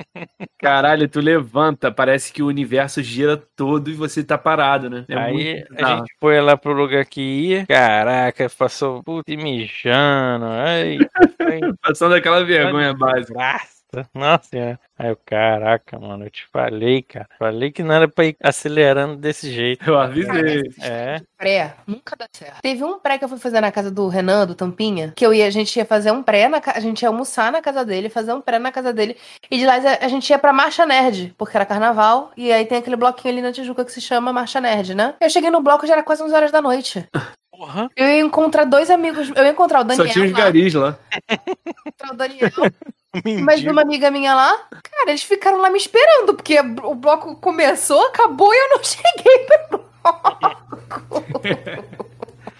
S3: Caralho, tu levanta. Parece que o universo gira todo e você tá parado, né? É
S2: Aí
S3: muito
S2: a
S3: bizarro.
S2: gente foi lá pro lugar que ia, caraca, passou puta e mijando, ai, foi
S3: Passando aquela vergonha básica.
S2: braço. Nossa, nossa senhora. Aí eu, caraca, mano, eu te falei, cara. Falei que não era pra ir acelerando desse jeito.
S3: Eu avisei.
S2: É,
S1: Pré, nunca dá certo. Teve um pré que eu fui fazer na casa do Renan, do Tampinha, que eu ia, a gente ia fazer um pré, na, ca- a gente ia almoçar na casa dele, fazer um pré na casa dele, e de lá a, a gente ia pra Marcha Nerd, porque era carnaval, e aí tem aquele bloquinho ali na Tijuca que se chama Marcha Nerd, né? Eu cheguei no bloco, já era quase 11 horas da noite.
S2: porra.
S1: Eu ia encontrar dois amigos, eu ia encontrar o Daniel,
S3: Só tinha uns
S1: lá,
S3: garis lá.
S1: encontrar o Daniel mais
S2: Mendigo.
S1: uma amiga minha lá. Cara, eles ficaram lá me esperando, porque o bloco começou, acabou e eu não cheguei pro bloco.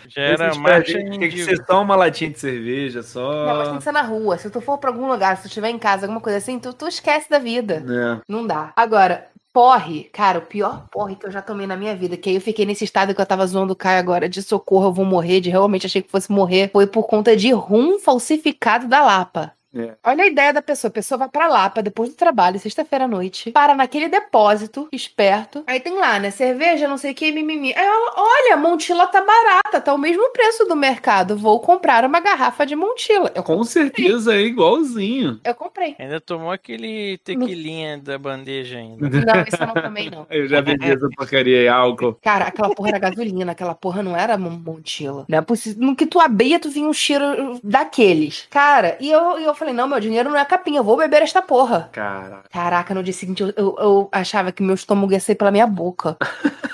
S2: Já era
S3: Esses
S2: marcha
S3: pedinhos, Tem que
S2: mendigo.
S3: ser só uma latinha de cerveja, só.
S1: Não, mas tem que ser na rua. Se tu for pra algum lugar, se tu estiver em casa, alguma coisa assim, tu, tu esquece da vida.
S3: É.
S1: Não dá. Agora, porre, cara, o pior porre que eu já tomei na minha vida, que aí eu fiquei nesse estado que eu tava zoando o Caio agora, de socorro, eu vou morrer, de realmente achei que fosse morrer, foi por conta de rum falsificado da Lapa.
S3: É.
S1: Olha a ideia da pessoa. A pessoa vai pra Lapa depois do trabalho, sexta-feira à noite, para naquele depósito, esperto. Aí tem lá, né? Cerveja, não sei o que, mimimi. Aí ela, olha, Montila tá barata, tá o mesmo preço do mercado. Vou comprar uma garrafa de Montila. Eu
S3: Com certeza é igualzinho.
S1: eu comprei.
S2: Ainda tomou aquele tequilinha da bandeja ainda.
S1: Não, isso eu não tomei, não.
S3: Eu já bebi essa porcaria aí, álcool.
S1: Cara, aquela porra era gasolina, aquela porra não era mon- montila. Não é possível. No que tu abria, tu vinha um cheiro daqueles. Cara, e eu, e eu falei, não, meu dinheiro não é capinha, eu vou beber esta porra.
S3: Caraca.
S1: Caraca, no dia seguinte eu, eu, eu achava que meu estômago ia sair pela minha boca.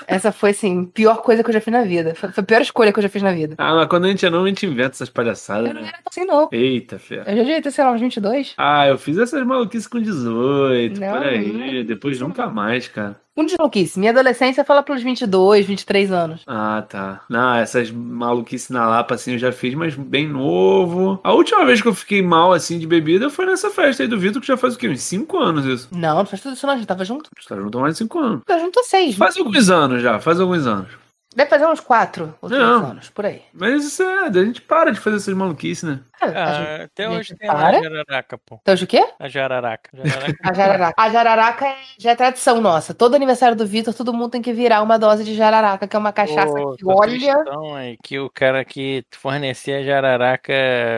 S1: Essa foi, assim, a pior coisa que eu já fiz na vida. Foi, foi a pior escolha que eu já fiz na vida.
S3: Ah, mas quando a gente é novo, a gente inventa essas palhaçadas,
S1: Eu não
S3: né?
S1: era assim, não.
S3: Eita, fé.
S1: Eu já devia ter, sei lá, uns 22.
S3: Ah, eu fiz essas maluquices com 18,
S1: Não,
S3: por
S1: não
S3: aí. Depois nunca mais, cara.
S1: Um de louquice. Minha adolescência fala pelos 22, 23 anos.
S3: Ah, tá. Não, essas maluquices na Lapa, assim, eu já fiz, mas bem novo. A última vez que eu fiquei mal, assim, de bebida foi nessa festa aí do Vitor, que já faz o quê? Uns 5 anos isso.
S1: Não, não faz tudo isso não, a gente tava junto.
S3: Os caras não estão mais de 5 anos.
S1: Tava junto há seis.
S3: Faz alguns anos já, faz alguns anos.
S1: Deve fazer uns quatro ou três
S3: Não.
S1: anos, por aí.
S3: Mas isso é, a gente para de fazer essas maluquices, né?
S1: Ah, a gente-
S2: Ah, até hoje
S1: gente,
S2: tem lá
S1: para.
S2: a jararaca, pô.
S1: Então, hoje o quê?
S2: A jararaca. jararaca.
S1: A jararaca. A jararaca é- já é tradição nossa. Todo aniversário do Vitor, todo mundo tem que virar uma dose de jararaca, que é uma cachaça
S2: Pô,
S1: que
S2: essa
S1: olha.
S2: questão aí que o cara que fornecia a jararaca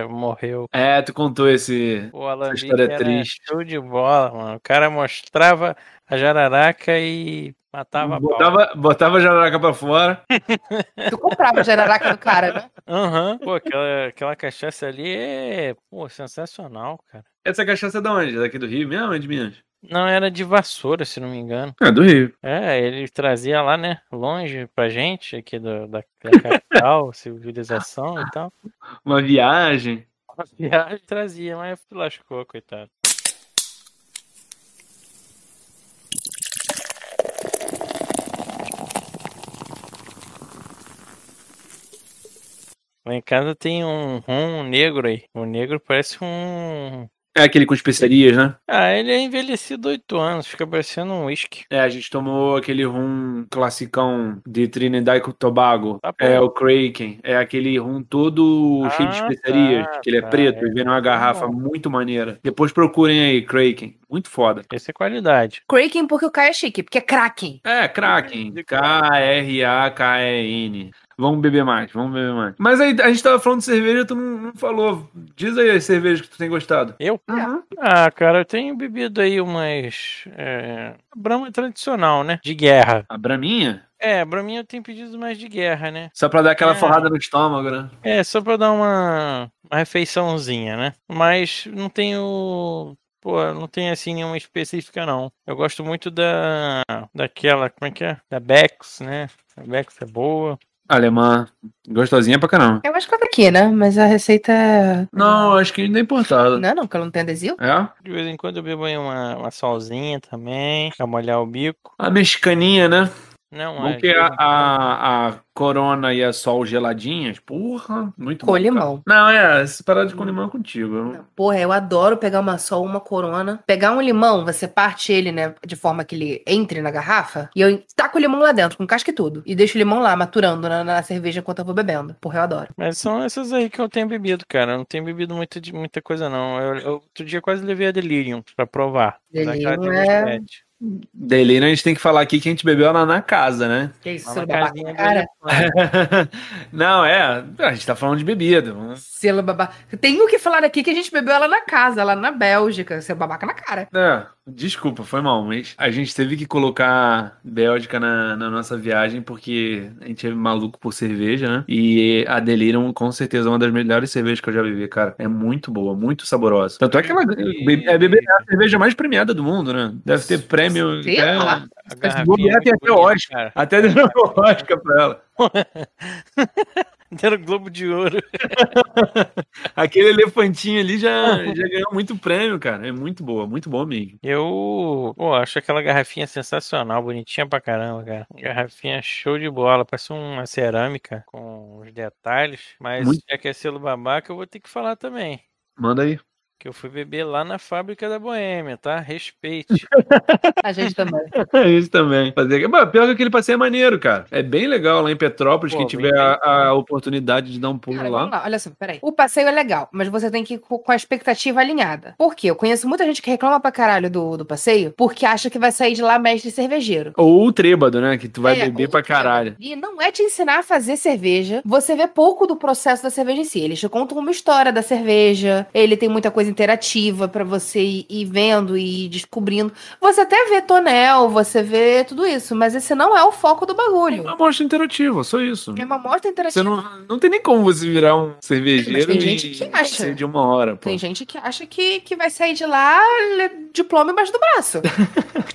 S2: morreu.
S3: É, tu contou esse.
S2: O Alan
S3: Essa história é
S2: Bick era
S3: triste.
S2: show de bola, mano. O cara mostrava a jararaca e matava a pau.
S3: Botava, botava a jararaca pra fora.
S1: Tu comprava a jararaca do cara, né?
S2: Aham. Pô, aquela, aquela cachaça ali é pô, sensacional, cara.
S3: Essa cachaça é da onde? Daqui do Rio mesmo? É de Minas?
S2: Não era de vassoura, se não me engano.
S3: É, do Rio.
S2: É, ele trazia lá, né? Longe pra gente, aqui do- da, da capital, civilização e tal.
S3: Uma viagem.
S2: Uma viagem trazia, mas lascou, coitado. Lá em casa tem um rum negro aí. O negro parece um.
S3: É aquele com especiarias, né?
S2: Ah, ele é envelhecido 8 anos, fica parecendo um uísque.
S3: É, a gente tomou aquele rum classicão de Trinidad e Tobago.
S2: Tá bom.
S3: é o Kraken. É aquele rum todo
S2: Ah,
S3: cheio de especiarias,
S2: tá,
S3: que ele é
S2: tá,
S3: preto
S2: é.
S3: e vem numa garrafa
S2: Bom.
S3: muito maneira. Depois procurem aí, Kraken. Muito foda.
S2: Essa é qualidade.
S1: Kraken porque o cara é chique, porque é Kraken.
S3: É, Kraken. K-R-A-K-E-N. Vamos beber mais, vamos beber mais. Mas aí, a gente tava falando de cerveja, tu não, não falou. Diz aí as cervejas que tu tem gostado.
S2: Eu?
S3: Uhum.
S2: Ah, cara, eu tenho bebido aí umas. É... Brahma tradicional, né? De guerra.
S3: A Braminha?
S2: É, pra mim eu tenho pedido mais de guerra, né?
S3: Só pra dar aquela
S2: É.
S3: forrada no estômago, né?
S2: É, só pra dar uma, uma refeiçãozinha, né? Mas não tenho. Pô, não tem assim nenhuma específica, não. Eu gosto muito da. Daquela. Como é que é? Da Bex, né? A Bex é boa.
S3: Alemã. Gostosinha pra caramba.
S1: Eu acho que é daqui, né? Mas a receita é.
S3: Não, acho que nem é importada.
S1: Não, é não, que ela não tem adesivo.
S3: É?
S2: De vez em quando eu bebo aí uma, uma solzinha também, pra molhar o bico.
S3: A mexicaninha, né?
S2: Não,
S3: Bom
S2: é.
S3: que a, a, a Corona e a Sol geladinhas, porra, muito
S1: Com
S3: bom,
S1: limão.
S3: cara. Não, é, se parar de com limão é contigo. eu-
S1: Porra, eu adoro pegar uma sol, uma corona. Pegar um limão, você parte ele, né? De forma que ele entre na garrafa. E eu taco o limão lá dentro, com casca e tudo. E deixo o limão lá, maturando na, na cerveja enquanto eu vou bebendo. Porra, eu adoro.
S2: Mas são essas aí que eu tenho bebido, cara. Eu não tenho bebido muito de, muita coisa, não. Eu, eu- outro dia quase levei a Delirium pra provar. Daquela
S1: Delirium
S2: de
S1: é-
S2: basquete.
S3: Da Helena, a gente tem que falar aqui que a gente bebeu ela na casa, né?
S1: Que isso,
S2: Uma
S1: selo babaca
S2: casinha
S1: na cara?
S3: Não, é. A gente tá falando de bebida.
S1: Selo babaca. Tenho que falar aqui que a gente bebeu ela na casa, lá na Bélgica. Selo babaca na cara.
S3: É, desculpa, foi mal, mas a gente teve que colocar Bélgica na, na nossa viagem porque a gente é maluco por cerveja, né? E a Delirium, com certeza, é uma das melhores cervejas que eu já bebi, cara. É muito boa, muito saborosa. Tanto é que ela be- é, bebê- é a cerveja mais premiada do mundo, né? Deve ter prêmio.
S1: Sei
S3: até-
S1: lá.
S2: A
S3: bobear, tem é até
S2: bonita,
S3: Oscar.
S2: cara.
S3: Até deram Oscar pra ela.
S2: Deram Globo de Ouro.
S3: Aquele elefantinho ali já, já ganhou muito prêmio, cara. É muito boa, muito boa mesmo.
S2: Eu pô, acho aquela garrafinha sensacional, bonitinha pra caramba, cara. Garrafinha show de bola, parece um, uma cerâmica com os detalhes. Mas
S3: Muito.
S2: já que é selo babaca, eu vou ter que falar também.
S3: Manda aí.
S2: Que eu fui beber lá na fábrica da Boêmia, tá? Respeite.
S1: A gente também.
S3: É isso também. Fazer... Bah, pior que aquele passeio é maneiro, cara. É bem legal lá em Petrópolis.
S2: Pô,
S3: quem
S2: bem
S3: tiver a, a oportunidade de dar um pulo
S1: Cara,
S3: lá.
S1: vamos lá, olha só, peraí. O passeio é legal, mas você tem que ir co- com a expectativa alinhada. Por quê? Eu conheço muita gente que reclama pra caralho do, do passeio porque acha que vai sair de lá mestre cervejeiro.
S3: Ou o trêbado, né? Que tu vai
S1: É,
S3: beber
S1: o
S3: pra
S1: que-
S3: caralho.
S1: E não é te ensinar a fazer cerveja. Você vê pouco do processo da cerveja em si. Eles te contam uma história da cerveja. Ele tem muita coisa interativa pra você ir, ir vendo e ir descobrindo. Você até vê tonel, você vê tudo isso, mas esse não é o foco do
S3: É uma
S1: bagulho.
S3: amostra interativa, só isso.
S1: É uma amostra
S3: Você
S1: interativa.
S3: não, não tem nem como você virar um cervejeiro
S1: Mas tem gente
S3: e
S1: que acha.
S3: ser de uma hora, pô.
S1: Tem gente que acha que, que vai sair de lá, le- diploma embaixo do braço.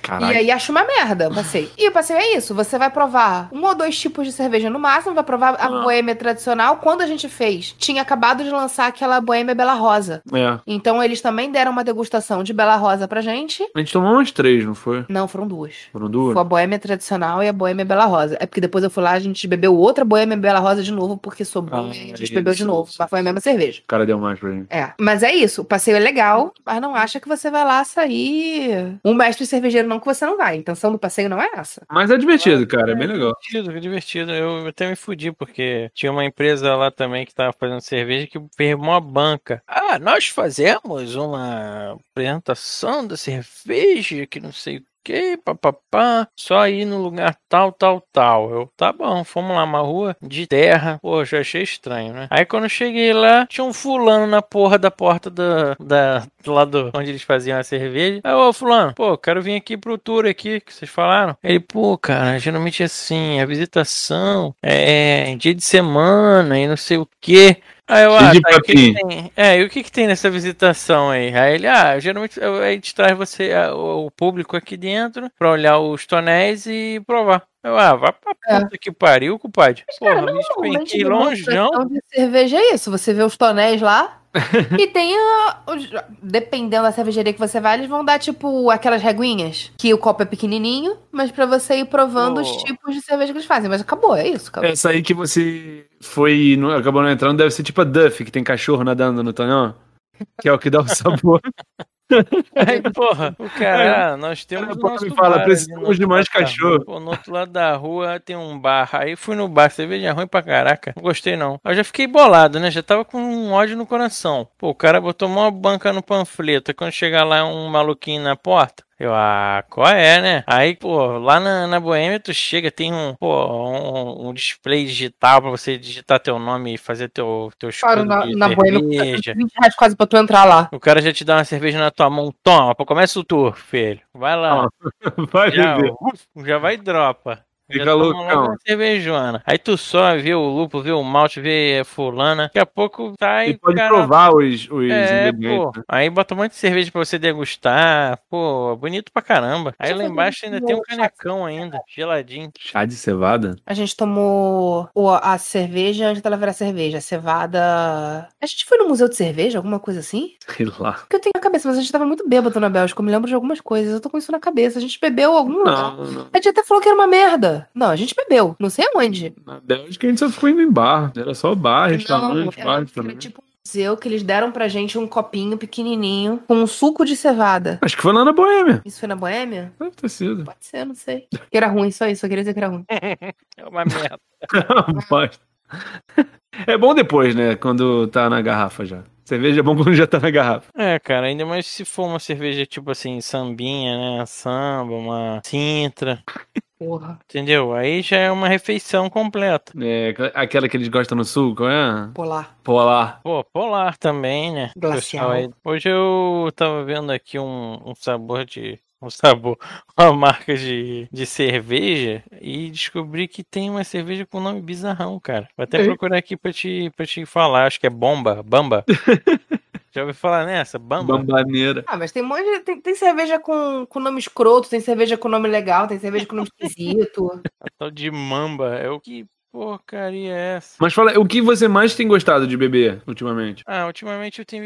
S3: Caralho.
S1: E aí acha uma merda o passeio. E o passeio é isso. Você vai provar um ou dois tipos de cerveja no máximo, vai provar a
S3: Ah.
S1: boêmia tradicional. Quando a gente fez, tinha acabado de lançar aquela boêmia Bela Rosa.
S3: É.
S1: Então eles também deram uma degustação de Bela Rosa pra gente.
S3: A gente tomou umas três, não foi?
S1: Não, foram duas.
S3: Foram duas?
S1: Foi a boêmia tradicional e a boêmia Bela Rosa. É porque depois eu fui lá, a gente bebeu outra boêmia Bela Rosa de novo, porque sobrou
S3: Ah,
S1: e a gente bebeu de
S3: isso,
S1: novo.
S3: isso.
S1: Mas foi a mesma cerveja.
S3: O cara deu mais pra gente.
S1: É, mas é isso, o passeio é legal, mas não acha que você vai lá sair um mestre cervejeiro, não, que você não vai. A intenção do passeio não é essa.
S3: Mas é divertido, cara. É bem legal.
S2: divertido, que divertido. Eu até me fudi, porque tinha uma empresa lá também que tava fazendo cerveja que fez uma banca. Ah, nós fazemos uma apresentação da cerveja que não sei o que, papapá, só ir no lugar tal, tal, tal. Eu, tá bom, fomos lá, uma rua de terra. Pô, já achei estranho, né? Aí quando eu cheguei lá, tinha um fulano na porra da porta da, da, do lado onde eles faziam a cerveja. Aí, ô fulano, pô, quero vir aqui pro tour aqui que vocês falaram. Ele, pô, cara, geralmente é assim, a visitação é em dia de semana e não sei o que. Aí eu,
S3: Cheio
S2: ah, tá, e
S3: de
S2: o que que
S3: papinho.
S2: tem? É, e o que que tem nessa visitação aí? Aí ele, ah, geralmente eu- aí gente traz você, ah, o o público aqui dentro, pra olhar os tonéis e provar. Eu, ah, vai pra
S1: É.
S2: puta que pariu, cumpadre. Porra, me
S1: Normalmente,
S2: espenquei
S1: numa
S2: longe, não.
S1: estação de cerveja é isso, você vê os tonéis lá e tem a, os- dependendo da cervejaria que você vai, eles vão dar tipo aquelas reguinhas, que o copo é pequenininho, mas pra você ir provando os
S2: Oh.
S1: tipos de cerveja que eles fazem, mas acabou, é isso, acabou.
S3: Essa aí que você foi e não- acabou não entrando deve ser tipo a Duff, que tem cachorro nadando no tonel. Que é o que dá o sabor.
S2: Aí, porra, o cara, ah, nós temos
S3: Aí
S2: o
S3: o povo
S2: nosso
S3: fala,
S2: bar ali
S3: "Precisamos
S2: no
S3: de
S2: outro
S3: mais
S2: lado da
S3: cachorro."
S2: rua. Pô, no outro lado da rua tem um bar. Aí fui no bar, cerveja ruim pra caraca. Não gostei não. Eu já fiquei bolado, né? Já tava com um ódio no coração. Pô, o cara botou uma banca no panfleto. Aí Quando chegar lá um maluquinho na porta. Eu, ah, qual é, né? Aí, pô, lá na, na Boêmia tu chega, tem um, pô, um, um display digital pra você digitar teu nome e fazer teu, teu
S1: Claro,
S2: escudo
S1: na,
S2: de
S1: na boêmia,
S2: cerveja.
S1: 20 reais quase pra tu entrar lá.
S2: O cara já te dá uma cerveja na tua mão. Toma, pô, começa o tour, filho. Vai lá.
S3: Vai
S2: já,
S3: beber.
S2: uf, já vai e dropa. já
S3: Fica
S2: tá toma
S3: loucão.
S2: logo uma cervejona. Aí tu sobe, vê o lupo, vê o malte, vê eh, fulana. Daqui a pouco tá
S3: E
S2: aí.
S3: pode
S2: cara,
S3: provar os, os
S2: É,
S3: ingredientes.
S2: pô. Aí bota um monte de cerveja pra você degustar. Pô, bonito pra caramba. Aí
S1: Já
S2: lá
S1: fez
S2: embaixo
S1: um
S2: ainda tem um
S1: chá de
S2: canecão ainda, geladinho.
S3: Chá de cevada?
S1: A gente tomou o- a cerveja antes dela virar cerveja, a cevada. A gente foi no museu de cerveja, alguma coisa assim?
S3: Sei lá.
S1: Porque eu tenho na cabeça, mas a gente tava muito bêbado na Bélgica. Eu me lembro de algumas coisas. Eu tô com isso na cabeça. A gente bebeu algum lugar.
S3: Não, não.
S1: A gente até falou que era uma merda. Não, a gente bebeu. Não sei aonde.
S3: Na Bélgica a gente só ficou indo em bar. Era só bar,
S1: Não,
S3: restaurante,
S1: era-
S3: bar,
S1: era
S3: restaurante.
S1: tipo um museu que eles deram pra gente um copinho pequenininho com um suco de cevada.
S3: Acho que foi lá na Boêmia.
S1: Isso foi na Boêmia?
S3: Deve ter sido.
S1: Pode ser, não sei. Que era ruim, só isso. Eu queria dizer que era ruim.
S2: É uma merda.
S3: Bosta. É bom depois, né? Quando tá na garrafa já. Cerveja é bom quando já tá na garrafa.
S2: É, cara, ainda mais se for uma cerveja tipo assim, sambinha, né? Samba, uma Sintra,
S1: Porra.
S2: entendeu? Aí já é uma refeição completa.
S3: É, aquela que eles gostam no sul, qual é?
S1: Polar.
S3: Polar.
S2: Pô, polar também, né?
S1: Glacial.
S2: Pessoal aí. Hoje eu tava vendo aqui um, um sabor de. Um sabor, uma marca de, de cerveja e descobri que tem uma cerveja com nome bizarrão, cara. Vou até
S3: Ei.
S2: procurar aqui pra te, pra te falar. Acho que é bomba, bamba. Já ouviu falar nessa? Bamba?
S3: Bambaneira.
S1: Ah, mas tem um monte de... Tem, tem cerveja com, com nome escroto, tem cerveja com nome legal, tem cerveja com nome esquisito.
S2: A tal de mamba. É o que porcaria é essa?
S3: Mas fala, o que você mais tem gostado de beber ultimamente?
S2: Ah, ultimamente eu tenho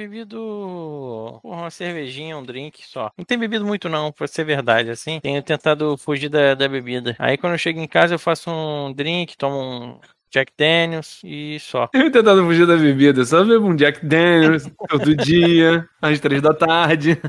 S2: bebido porra, uma cervejinha, um drink só. Não tenho bebido muito não, pra ser verdade, assim. Tenho tentado fugir da, da bebida. Aí quando eu chego em casa eu faço um drink, tomo um Jack Daniels e só.
S3: Eu tenho tentado fugir da bebida, só bebo um Jack Daniels todo dia, às três da tarde.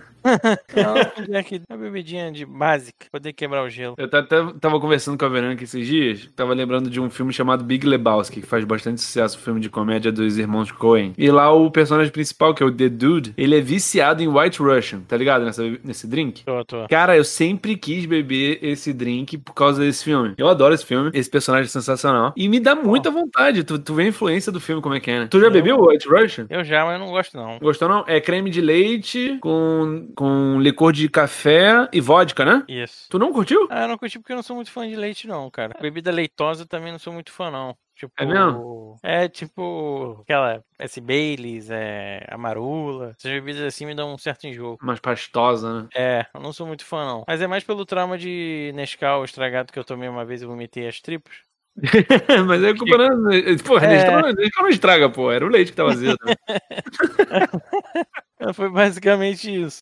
S2: Então, um Jack, uma bebidinha de básica, poder quebrar o gelo.
S3: Eu tá- até tava conversando com a Verônica esses dias, tava lembrando de um filme chamado Big Lebowski, que faz bastante sucesso, um filme de comédia dos irmãos Coen. E lá o personagem principal, que é o The Dude, ele é viciado em White Russian, tá ligado? Nessa, nesse drink.
S2: Tô, tô.
S3: Cara, eu sempre quis beber esse drink por causa desse filme. Eu adoro esse filme, esse personagem é sensacional. E me dá muita vontade, tu, tu vê a influência do filme como é que é, né? Tu já
S2: Eu-
S3: bebeu White Russian?
S2: Eu já, mas eu não gosto não.
S3: Gostou não? É creme de leite com, com licor de café e vodka, né?
S2: Isso.
S3: Tu não curtiu?
S2: Ah, eu não curti porque eu não sou muito fã de leite não, cara. Bebida leitosa eu também não sou muito fã não. Tipo,
S3: É mesmo?
S2: é tipo aquela S Baileys, é amarula. Essas bebidas assim me dão um certo enjoo.
S3: Mais pastosa, né?
S2: É, eu não sou muito fã, não. Mas é mais pelo trauma de Nescau estragado que eu tomei uma vez e vomitei as tripas.
S3: Mas aí a culpa não é. Porra,
S2: É.
S3: Nescau Nescau não estraga, pô. Era o leite que tava azedo.
S2: É, Foi basicamente isso.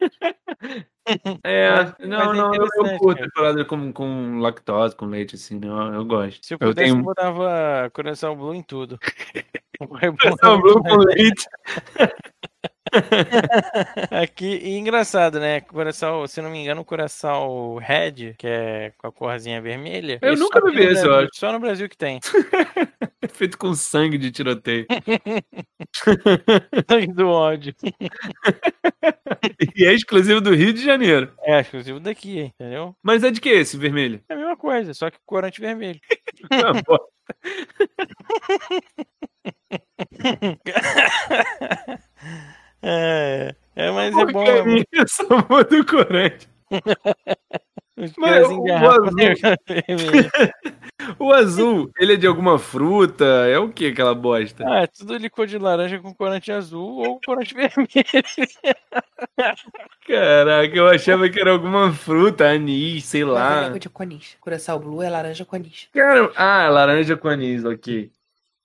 S3: É,
S2: Mas-
S3: não,
S2: mas é
S3: não, eu, eu
S2: interessante,
S3: curto
S2: cara.
S3: parada com, com lactose, com leite, assim, né? Eu, eu gosto.
S2: Se eu
S3: eu
S2: pudesse, eu
S3: tenho
S2: botava Coração Blue em tudo.
S3: um Coração Blue com leite.
S2: Aqui, e engraçado, né? Coração, se não me engano, o Coração Red, que é com a corzinha vermelha.
S3: Eu
S2: é só
S3: nunca
S2: aqui
S3: bebi
S2: no
S3: esse, eu
S2: Brasil- Só no Brasil que tem.
S3: É feito com sangue de tiroteio.
S2: Sangue do ódio.
S3: e é exclusivo do Rio de Janeiro.
S2: É exclusivo daqui, entendeu?
S3: Mas é de que esse vermelho?
S2: É a mesma coisa, só que corante vermelho.
S3: Ah, pô.
S2: É, é mas é bom. É,
S3: Porcaria, sabor do corante.
S2: Os
S3: Mas
S2: caras
S3: o- o
S2: engarrafam,
S3: azul-
S2: né, o cara vermelho.
S3: O azul, ele é de alguma fruta? É o que aquela bosta?
S2: Ah, é tudo licor de laranja com corante azul ou corante vermelho.
S3: Caraca, eu achava que era alguma fruta, anis, sei
S1: Mas é
S3: lá.
S1: licor de com anis. Curaçao Blue é laranja com anis.
S3: Cara, ah, laranja com anis, ok.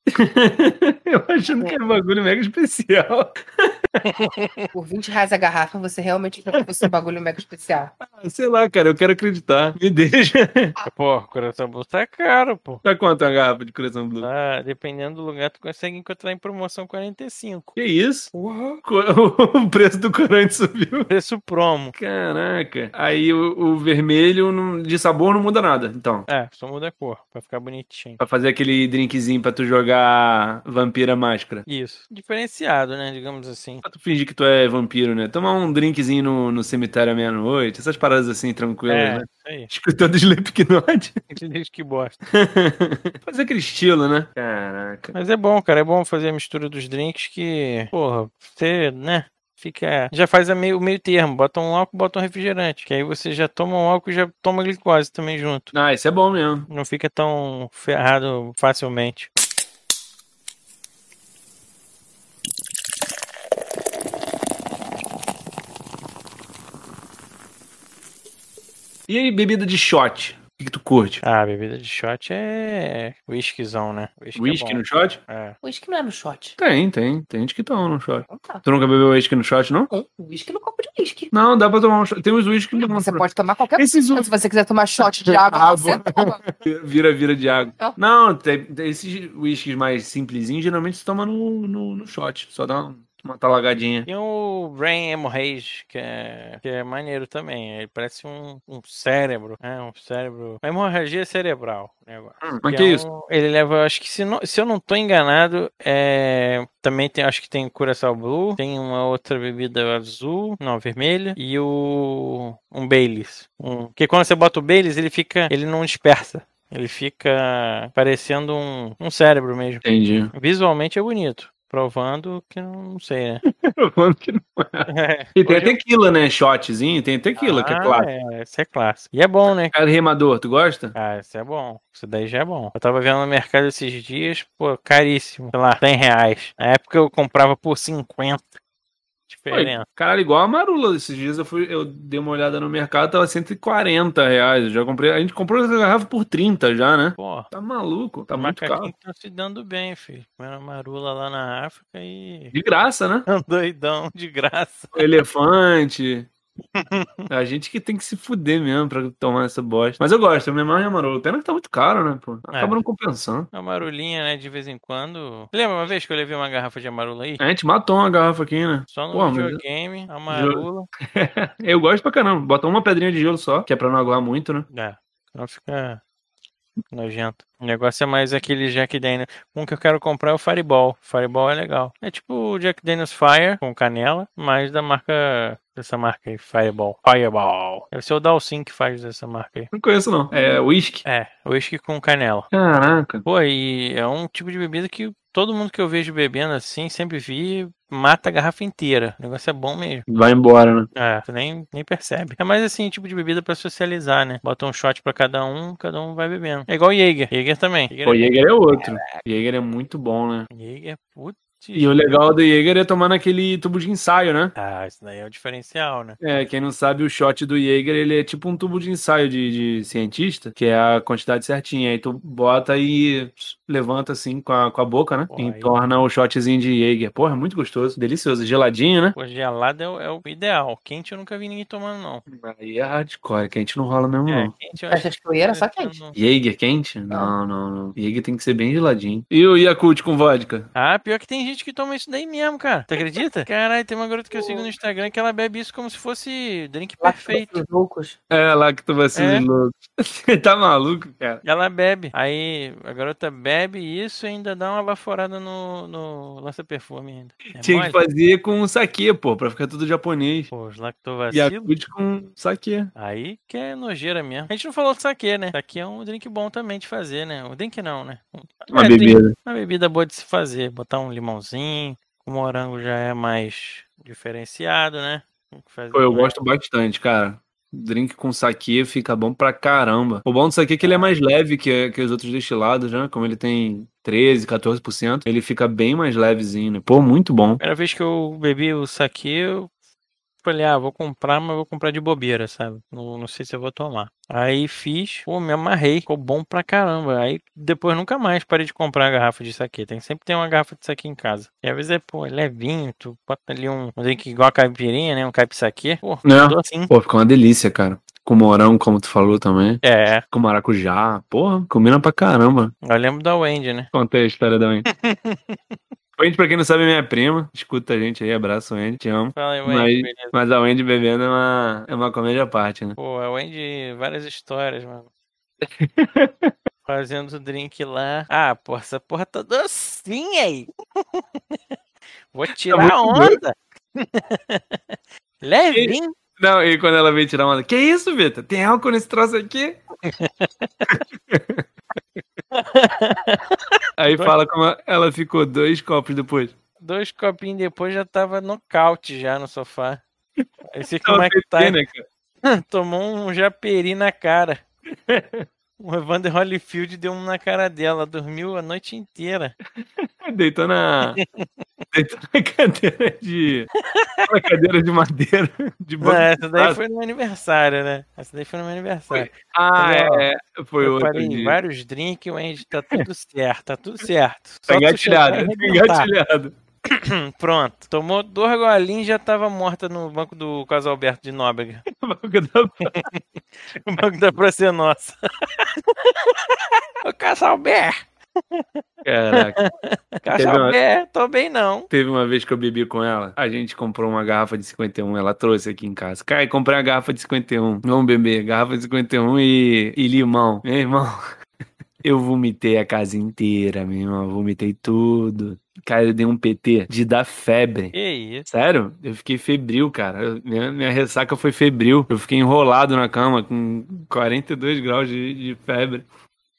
S3: eu achando que era um bagulho mega especial.
S1: Por 20 reais a garrafa, você realmente já trouxe um bagulho mega especial.
S3: Ah, Sei lá, cara, eu quero acreditar. Me deixa.
S2: Pô, coração blue tá caro, pô.
S3: Tá quanto uma garrafa de coração blue?
S2: Ah, dependendo do lugar, tu consegue encontrar em promoção 45.
S3: Que isso? Co- O preço do corante subiu.
S2: Preço promo.
S3: Caraca. Aí o, o vermelho não- de sabor não muda nada, então.
S2: É, só muda a cor, pra ficar bonitinho.
S3: Pra fazer aquele drinkzinho pra tu jogar vampira máscara.
S2: Isso. Diferenciado, né? Digamos assim.
S3: Pra tu fingir que tu é vampiro, né? Tomar um drinkzinho no, no cemitério à meia-noite, essas paradas assim, tranquilas,
S2: É,
S3: né?
S2: isso aí.
S3: Escutando Slipknot.
S2: Gente diz que bosta.
S3: fazer aquele estilo, né? Caraca.
S2: Mas é bom, cara. É bom fazer a mistura dos drinks que, porra, você, né? Fica. Já faz a meio, o meio termo. Bota um álcool, bota um refrigerante. Que aí você já toma um álcool e já toma glicose também junto.
S3: Ah, isso é bom mesmo.
S2: Não fica tão ferrado facilmente.
S3: E aí, bebida de shot? O que, que tu curte?
S2: Ah, bebida de shot é. Whiskyzão, né? Whisky. é
S3: Whisky
S2: bom.
S3: no shot?
S2: É.
S1: Whisky não é no shot.
S3: Tem, tem. Tem gente que toma no shot.
S1: Então tá.
S3: Tu nunca bebeu whisky no shot, não?
S1: Bom, Whisky um no copo de whisky.
S3: Não, dá pra tomar um shot. Tem uns whisky que não.
S1: Você pode tomar qualquer coisa.
S3: Esses um Ah,
S1: Se você quiser tomar shot de água,
S3: Água.
S1: você toma.
S3: Vira, vira de água.
S1: Ah.
S3: Não, tem, tem esses whiskies mais simplesinhos, geralmente se toma no, no, no shot. Só dá um- uma, uma talagadinha.
S2: E o Brain Hemorrhage, que é, que é maneiro também. Ele parece um, um cérebro, né? Um cérebro. Uma hemorragia cerebral. né, agora.
S3: Hum, mas
S2: Que
S3: que
S2: é
S3: é isso?
S2: um- Ele leva, eu acho que se, não- se eu não tô enganado, é, também tem, acho que tem Curaçao Blue, tem uma outra bebida azul, não, vermelha, e o um Baileys. Um, que quando você bota o Baileys, ele fica, ele não dispersa. Ele fica parecendo um, um cérebro mesmo.
S3: Entendi.
S2: Visualmente é bonito. Provando que não, não sei, né? É.
S3: E tem
S2: Hoje eu-
S3: tequila, né? Shotzinho, tem tequila, que é
S2: Ah,
S3: clássico.
S2: é, isso é clássico. E é bom, né?
S3: Cara rimador, tu gosta?
S2: Ah, isso é bom. Isso daí já é bom. Eu tava vendo no mercado esses dias, pô, caríssimo. Sei lá, 100 reais. Na época eu comprava por 50. Diferença.
S3: Caralho, igual a Marula. Esses dias eu fui, eu dei uma olhada no mercado, tava 140 reais. Eu já comprei. A gente comprou essa garrafa por 30 já, né?
S2: Pô,
S3: Tá maluco, tá
S2: o
S3: muito
S2: macaquinho
S3: caro.
S2: tá se dando bem, filho. Comendo marula lá na África e.
S3: De graça, né?
S2: Doidão de graça.
S3: Elefante. A gente que tem que se fuder mesmo pra tomar essa bosta. Mas eu gosto, eu me amarro em Amarula. Pena que tá muito caro, né, pô? Acaba
S2: É.
S3: não compensando.
S2: Uma marulinha, né? De vez em quando. Lembra uma vez que eu levei uma garrafa de amarula aí?
S3: A gente matou uma garrafa aqui, né?
S2: Só no
S3: É. Pô, mas-
S2: videogame, a marula.
S3: Eu gosto pra caramba. Bota uma pedrinha de gelo só, que é pra não aguar muito, né?
S2: É, senão fica nojento. O negócio é mais aquele Jack Daniels. Um que eu quero comprar é o Fireball. Fireball é legal. É tipo o Jack Daniels Fire com canela, mas da marca. Dessa marca aí, Fireball. Fireball. Deve ser o Dalsin que faz dessa marca aí.
S3: Não conheço, não. É uísque.
S2: É, whisky com canela.
S3: Caraca.
S2: Pô, e é um tipo de bebida que todo mundo que eu vejo bebendo assim, sempre vi, mata a garrafa inteira. O negócio é bom mesmo.
S3: Vai embora, né?
S2: É, tu nem, nem percebe. É mais assim, tipo de bebida pra socializar, né? Bota um shot pra cada um, cada um vai bebendo. É igual Jäger. Jäger também. Jäger,
S3: O Jäger é outro. Jäger é muito bom, né?
S2: é- Jäger, putz.
S3: E o legal do Jäger é tomar naquele tubo de ensaio, né?
S2: Ah, isso daí é o diferencial, né?
S3: É, quem não sabe, o shot do Jaeger, ele é tipo um tubo de ensaio de, de cientista, que é a quantidade certinha. Aí tu bota e levanta assim com a, com a boca, né?
S2: Porra,
S3: E
S2: aí-
S3: torna o shotzinho de Jaeger. Porra, é muito gostoso, delicioso, geladinho, né?
S2: Pô, gelado é o, é o ideal. Quente eu nunca vi ninguém tomando, não.
S3: Aí é hardcore, quente não rola mesmo,
S2: É,
S3: não.
S2: quente eu
S1: Mas
S2: acho
S1: as poeiras só
S2: que eu
S1: quente.
S2: não-
S3: Jaeger quente? Não, não, não. Jaeger tem que ser bem geladinho. E o Yakult com vodka?
S2: Ah, pior que tem gente que toma isso daí mesmo, cara. Tu acredita? Caralho, tem uma garota que eu sigo no Instagram que ela bebe isso como se fosse drink perfeito.
S1: Os loucos.
S3: É, lá que tu vai ser
S2: É.
S3: louco. tá maluco, cara?
S2: Ela bebe. Aí a garota bebe isso e ainda dá uma baforada no, no lança-perfume ainda. É
S3: Tinha
S2: mole?
S3: que fazer com saque, pô, pra ficar tudo japonês.
S2: Pô, os lactobacilos.
S3: Yakult com saque.
S2: Aí que é nojeira mesmo. A gente não falou de saquê, né? Saquê é um drink bom também de fazer, né? Um drink não, né?
S3: Uma
S2: É, drink-
S3: bebida.
S2: uma bebida boa de se fazer. Botar um limãozinho. O morango já é mais diferenciado, né? Tem que fazer
S3: Pô, eu
S2: com-
S3: gosto bastante, cara. Drink com saquê fica bom pra caramba. O bom do saquê é que ele é mais leve que, que os outros destilados, né? Como ele tem 13, 14%, ele fica bem mais levezinho, né? Pô, muito bom.
S2: Primeira vez que eu bebi o saquê, eu falei, ah, vou comprar, mas vou comprar de bobeira, sabe? Não, não sei se eu vou tomar. Aí fiz, pô, me amarrei, ficou bom pra caramba. Aí depois nunca mais parei de comprar a garrafa de saquê. Tem sempre tem uma garrafa de saquê em casa. E às vezes é, pô, é levinho, tu bota ali um, um drink igual a caipirinha, né? Um caipi-saquê. Pô,
S3: Né?
S2: docinho.
S3: Pô, fica uma delícia, cara. Com morango, como tu falou também.
S2: É,
S3: Com maracujá. Porra, combina pra caramba.
S2: eu lembro da Wendy, né?
S3: Contei a história da Wendy. Wendy, pra quem não sabe, é minha prima. Escuta a gente aí, abraço, Wendy. Te amo.
S2: Fala aí, Wendy, é
S3: Mas,
S2: beleza.
S3: mas a Wendy bebendo é uma, é uma comédia à parte, né?
S2: Pô, é a Wendy, várias histórias, mano. Fazendo o drink lá. Ah, porra, essa porra tá docinha aí. Vou tirar a
S3: muito
S2: onda. Levinho.
S3: Não, e quando ela veio tirar uma. Que isso, Vitor? Tem álcool nesse troço aqui? Aí fala como ela ficou dois copos depois.
S2: Dois copinhos depois já tava nocaute já no sofá. Esse que o
S3: Ela
S2: Mike
S3: fez bem,
S2: Tyson
S3: né, cara?
S2: tomou um japeri na cara. O Evander Holyfield deu um na cara dela, dormiu a noite inteira.
S3: Deitou na. Deitou na cadeira de. Na cadeira de madeira. De
S2: Não,
S3: banco.
S2: essa daí
S3: prato.
S2: foi no meu aniversário, né? Essa daí foi no meu aniversário.
S3: Ah, é. Foi
S2: eu
S3: outro.
S2: parei em
S3: dia.
S2: vários drinks, Wendy, tá tudo certo, tá tudo certo. Só
S3: Tá
S2: tu
S3: engatilhado.
S2: chegar e
S3: Tá
S2: arrebentar.
S3: engatilhado.
S2: Pronto. Tomou dois golinhos e já tava morta no banco do Caso Alberto de Nóbrega.
S3: Banco da-
S2: O banco da Praça é Nossa. Ô, Casalber!
S3: Caraca.
S2: Cachapé, tô bem não.
S3: Teve uma vez que eu bebi com ela, a gente comprou uma garrafa de 51, ela trouxe aqui em casa. Cara, comprei a garrafa de 51. Vamos beber, garrafa de 51 e, e limão. Meu irmão, eu vomitei a casa inteira, meu irmão, vomitei tudo. Cara, eu dei um PT de dar febre.
S2: Que isso?
S3: Sério? Eu fiquei febril, cara. Eu- minha, minha ressaca foi febril. Eu fiquei enrolado na cama com 42 graus de, de febre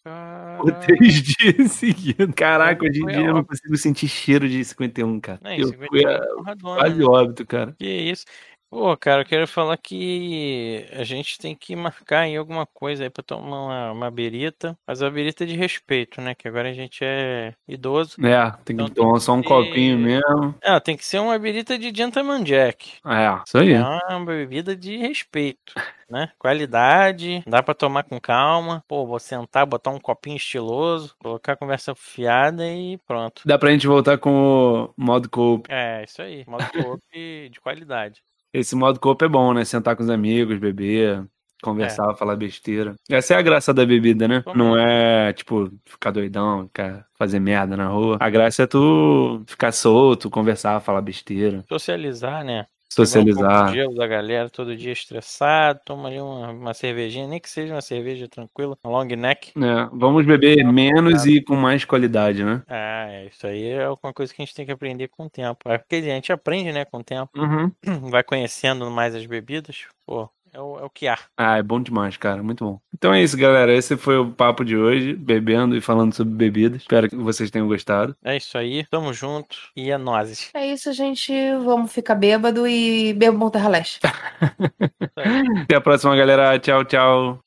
S3: por
S2: Cara...
S3: três dias seguidos. Caraca, hoje
S2: Ah.
S3: em
S2: Foi
S3: dia eu não
S2: ótimo.
S3: consigo sentir cheiro de 51, cara.
S2: Não,
S3: eu
S2: isso é
S3: fui a quase óbito, cara.
S2: Que isso. Pô, cara, eu quero falar que a gente tem que marcar em alguma coisa aí pra tomar uma, uma berita, mas uma berita de respeito, né? Que agora a gente é idoso.
S3: É, tem que
S2: Então tem
S3: tomar
S2: que
S3: só um
S2: ser-
S3: copinho mesmo.
S2: Ah, tem que ser uma berita de Gentleman Jack.
S3: É, isso aí.
S2: É uma bebida de respeito, né? Qualidade, dá pra tomar com calma. Pô, vou sentar, botar um copinho estiloso, colocar a conversa fiada e pronto.
S3: Dá pra gente voltar com o modo cope.
S2: É, isso aí. Modo co-op de qualidade.
S3: Esse modo cope é bom, né? Sentar com os amigos, beber, conversar, falar besteira. Essa é a graça da bebida, né?
S2: Totalmente.
S3: Não é, tipo, ficar doidão, ficar fazer merda na rua. A graça é tu ficar solto, conversar, falar besteira,
S2: Socializar, né?
S3: socializar.
S2: O gelo da galera, todo dia estressado, toma ali uma, uma cervejinha, nem que seja uma cerveja tranquila, uma long neck.
S3: É, vamos beber menos e com mais qualidade, né?
S2: Ah, é, isso aí é uma coisa que a gente tem que aprender com o tempo. É porque a gente aprende, né, com o tempo,
S3: Uhum.
S2: vai conhecendo mais as bebidas, pô, é o, é o que há.
S3: Ah, é bom demais, cara. Muito bom. Então é isso, galera. Esse foi o papo de hoje, bebendo e falando sobre bebidas. Espero que vocês tenham gostado.
S2: É isso aí, tamo junto e é nozes.
S1: É isso, gente. Vamos ficar bêbado e um bebam bom Terra Leste.
S3: Até a próxima, galera. Tchau, tchau.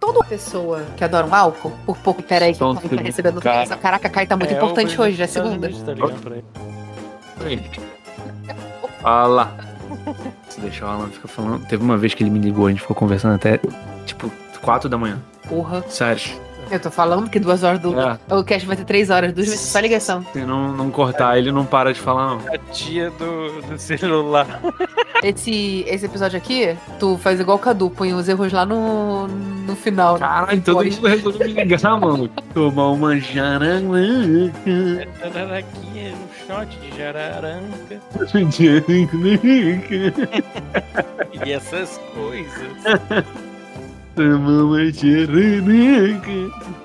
S1: Toda pessoa que adora um álcool, por pouco. Peraí, que
S3: Som
S1: eu tô
S3: tudo,
S1: recebendo
S3: um cara.
S1: notificação. Caraca, cai tá muito
S2: É,
S1: importante
S2: o-
S1: hoje, é
S2: Estados
S1: segunda.
S2: Unidos tá ligando pra ele.
S3: Fala. Se deixar o Alan fica falando. Teve uma vez que ele me ligou, a gente ficou conversando até tipo 4 da manhã.
S1: Porra.
S3: Sério.
S1: Eu tô falando que duas horas do.
S3: É.
S1: O cast vai ter três horas, duas vezes só ligação.
S3: Se É, não, não cortar, ele não para de falar, não.
S2: A tia do, do celular.
S1: Esse, esse episódio aqui, tu faz igual o Cadu, põe os erros lá no, no final. né?
S3: Caralho, todo
S1: Pois.
S3: mundo resolveu me ligar, mano. Tomar uma jararaca.
S2: Jararaquinha, um shot de jararanca e essas coisas.
S3: Tomar uma jararaca.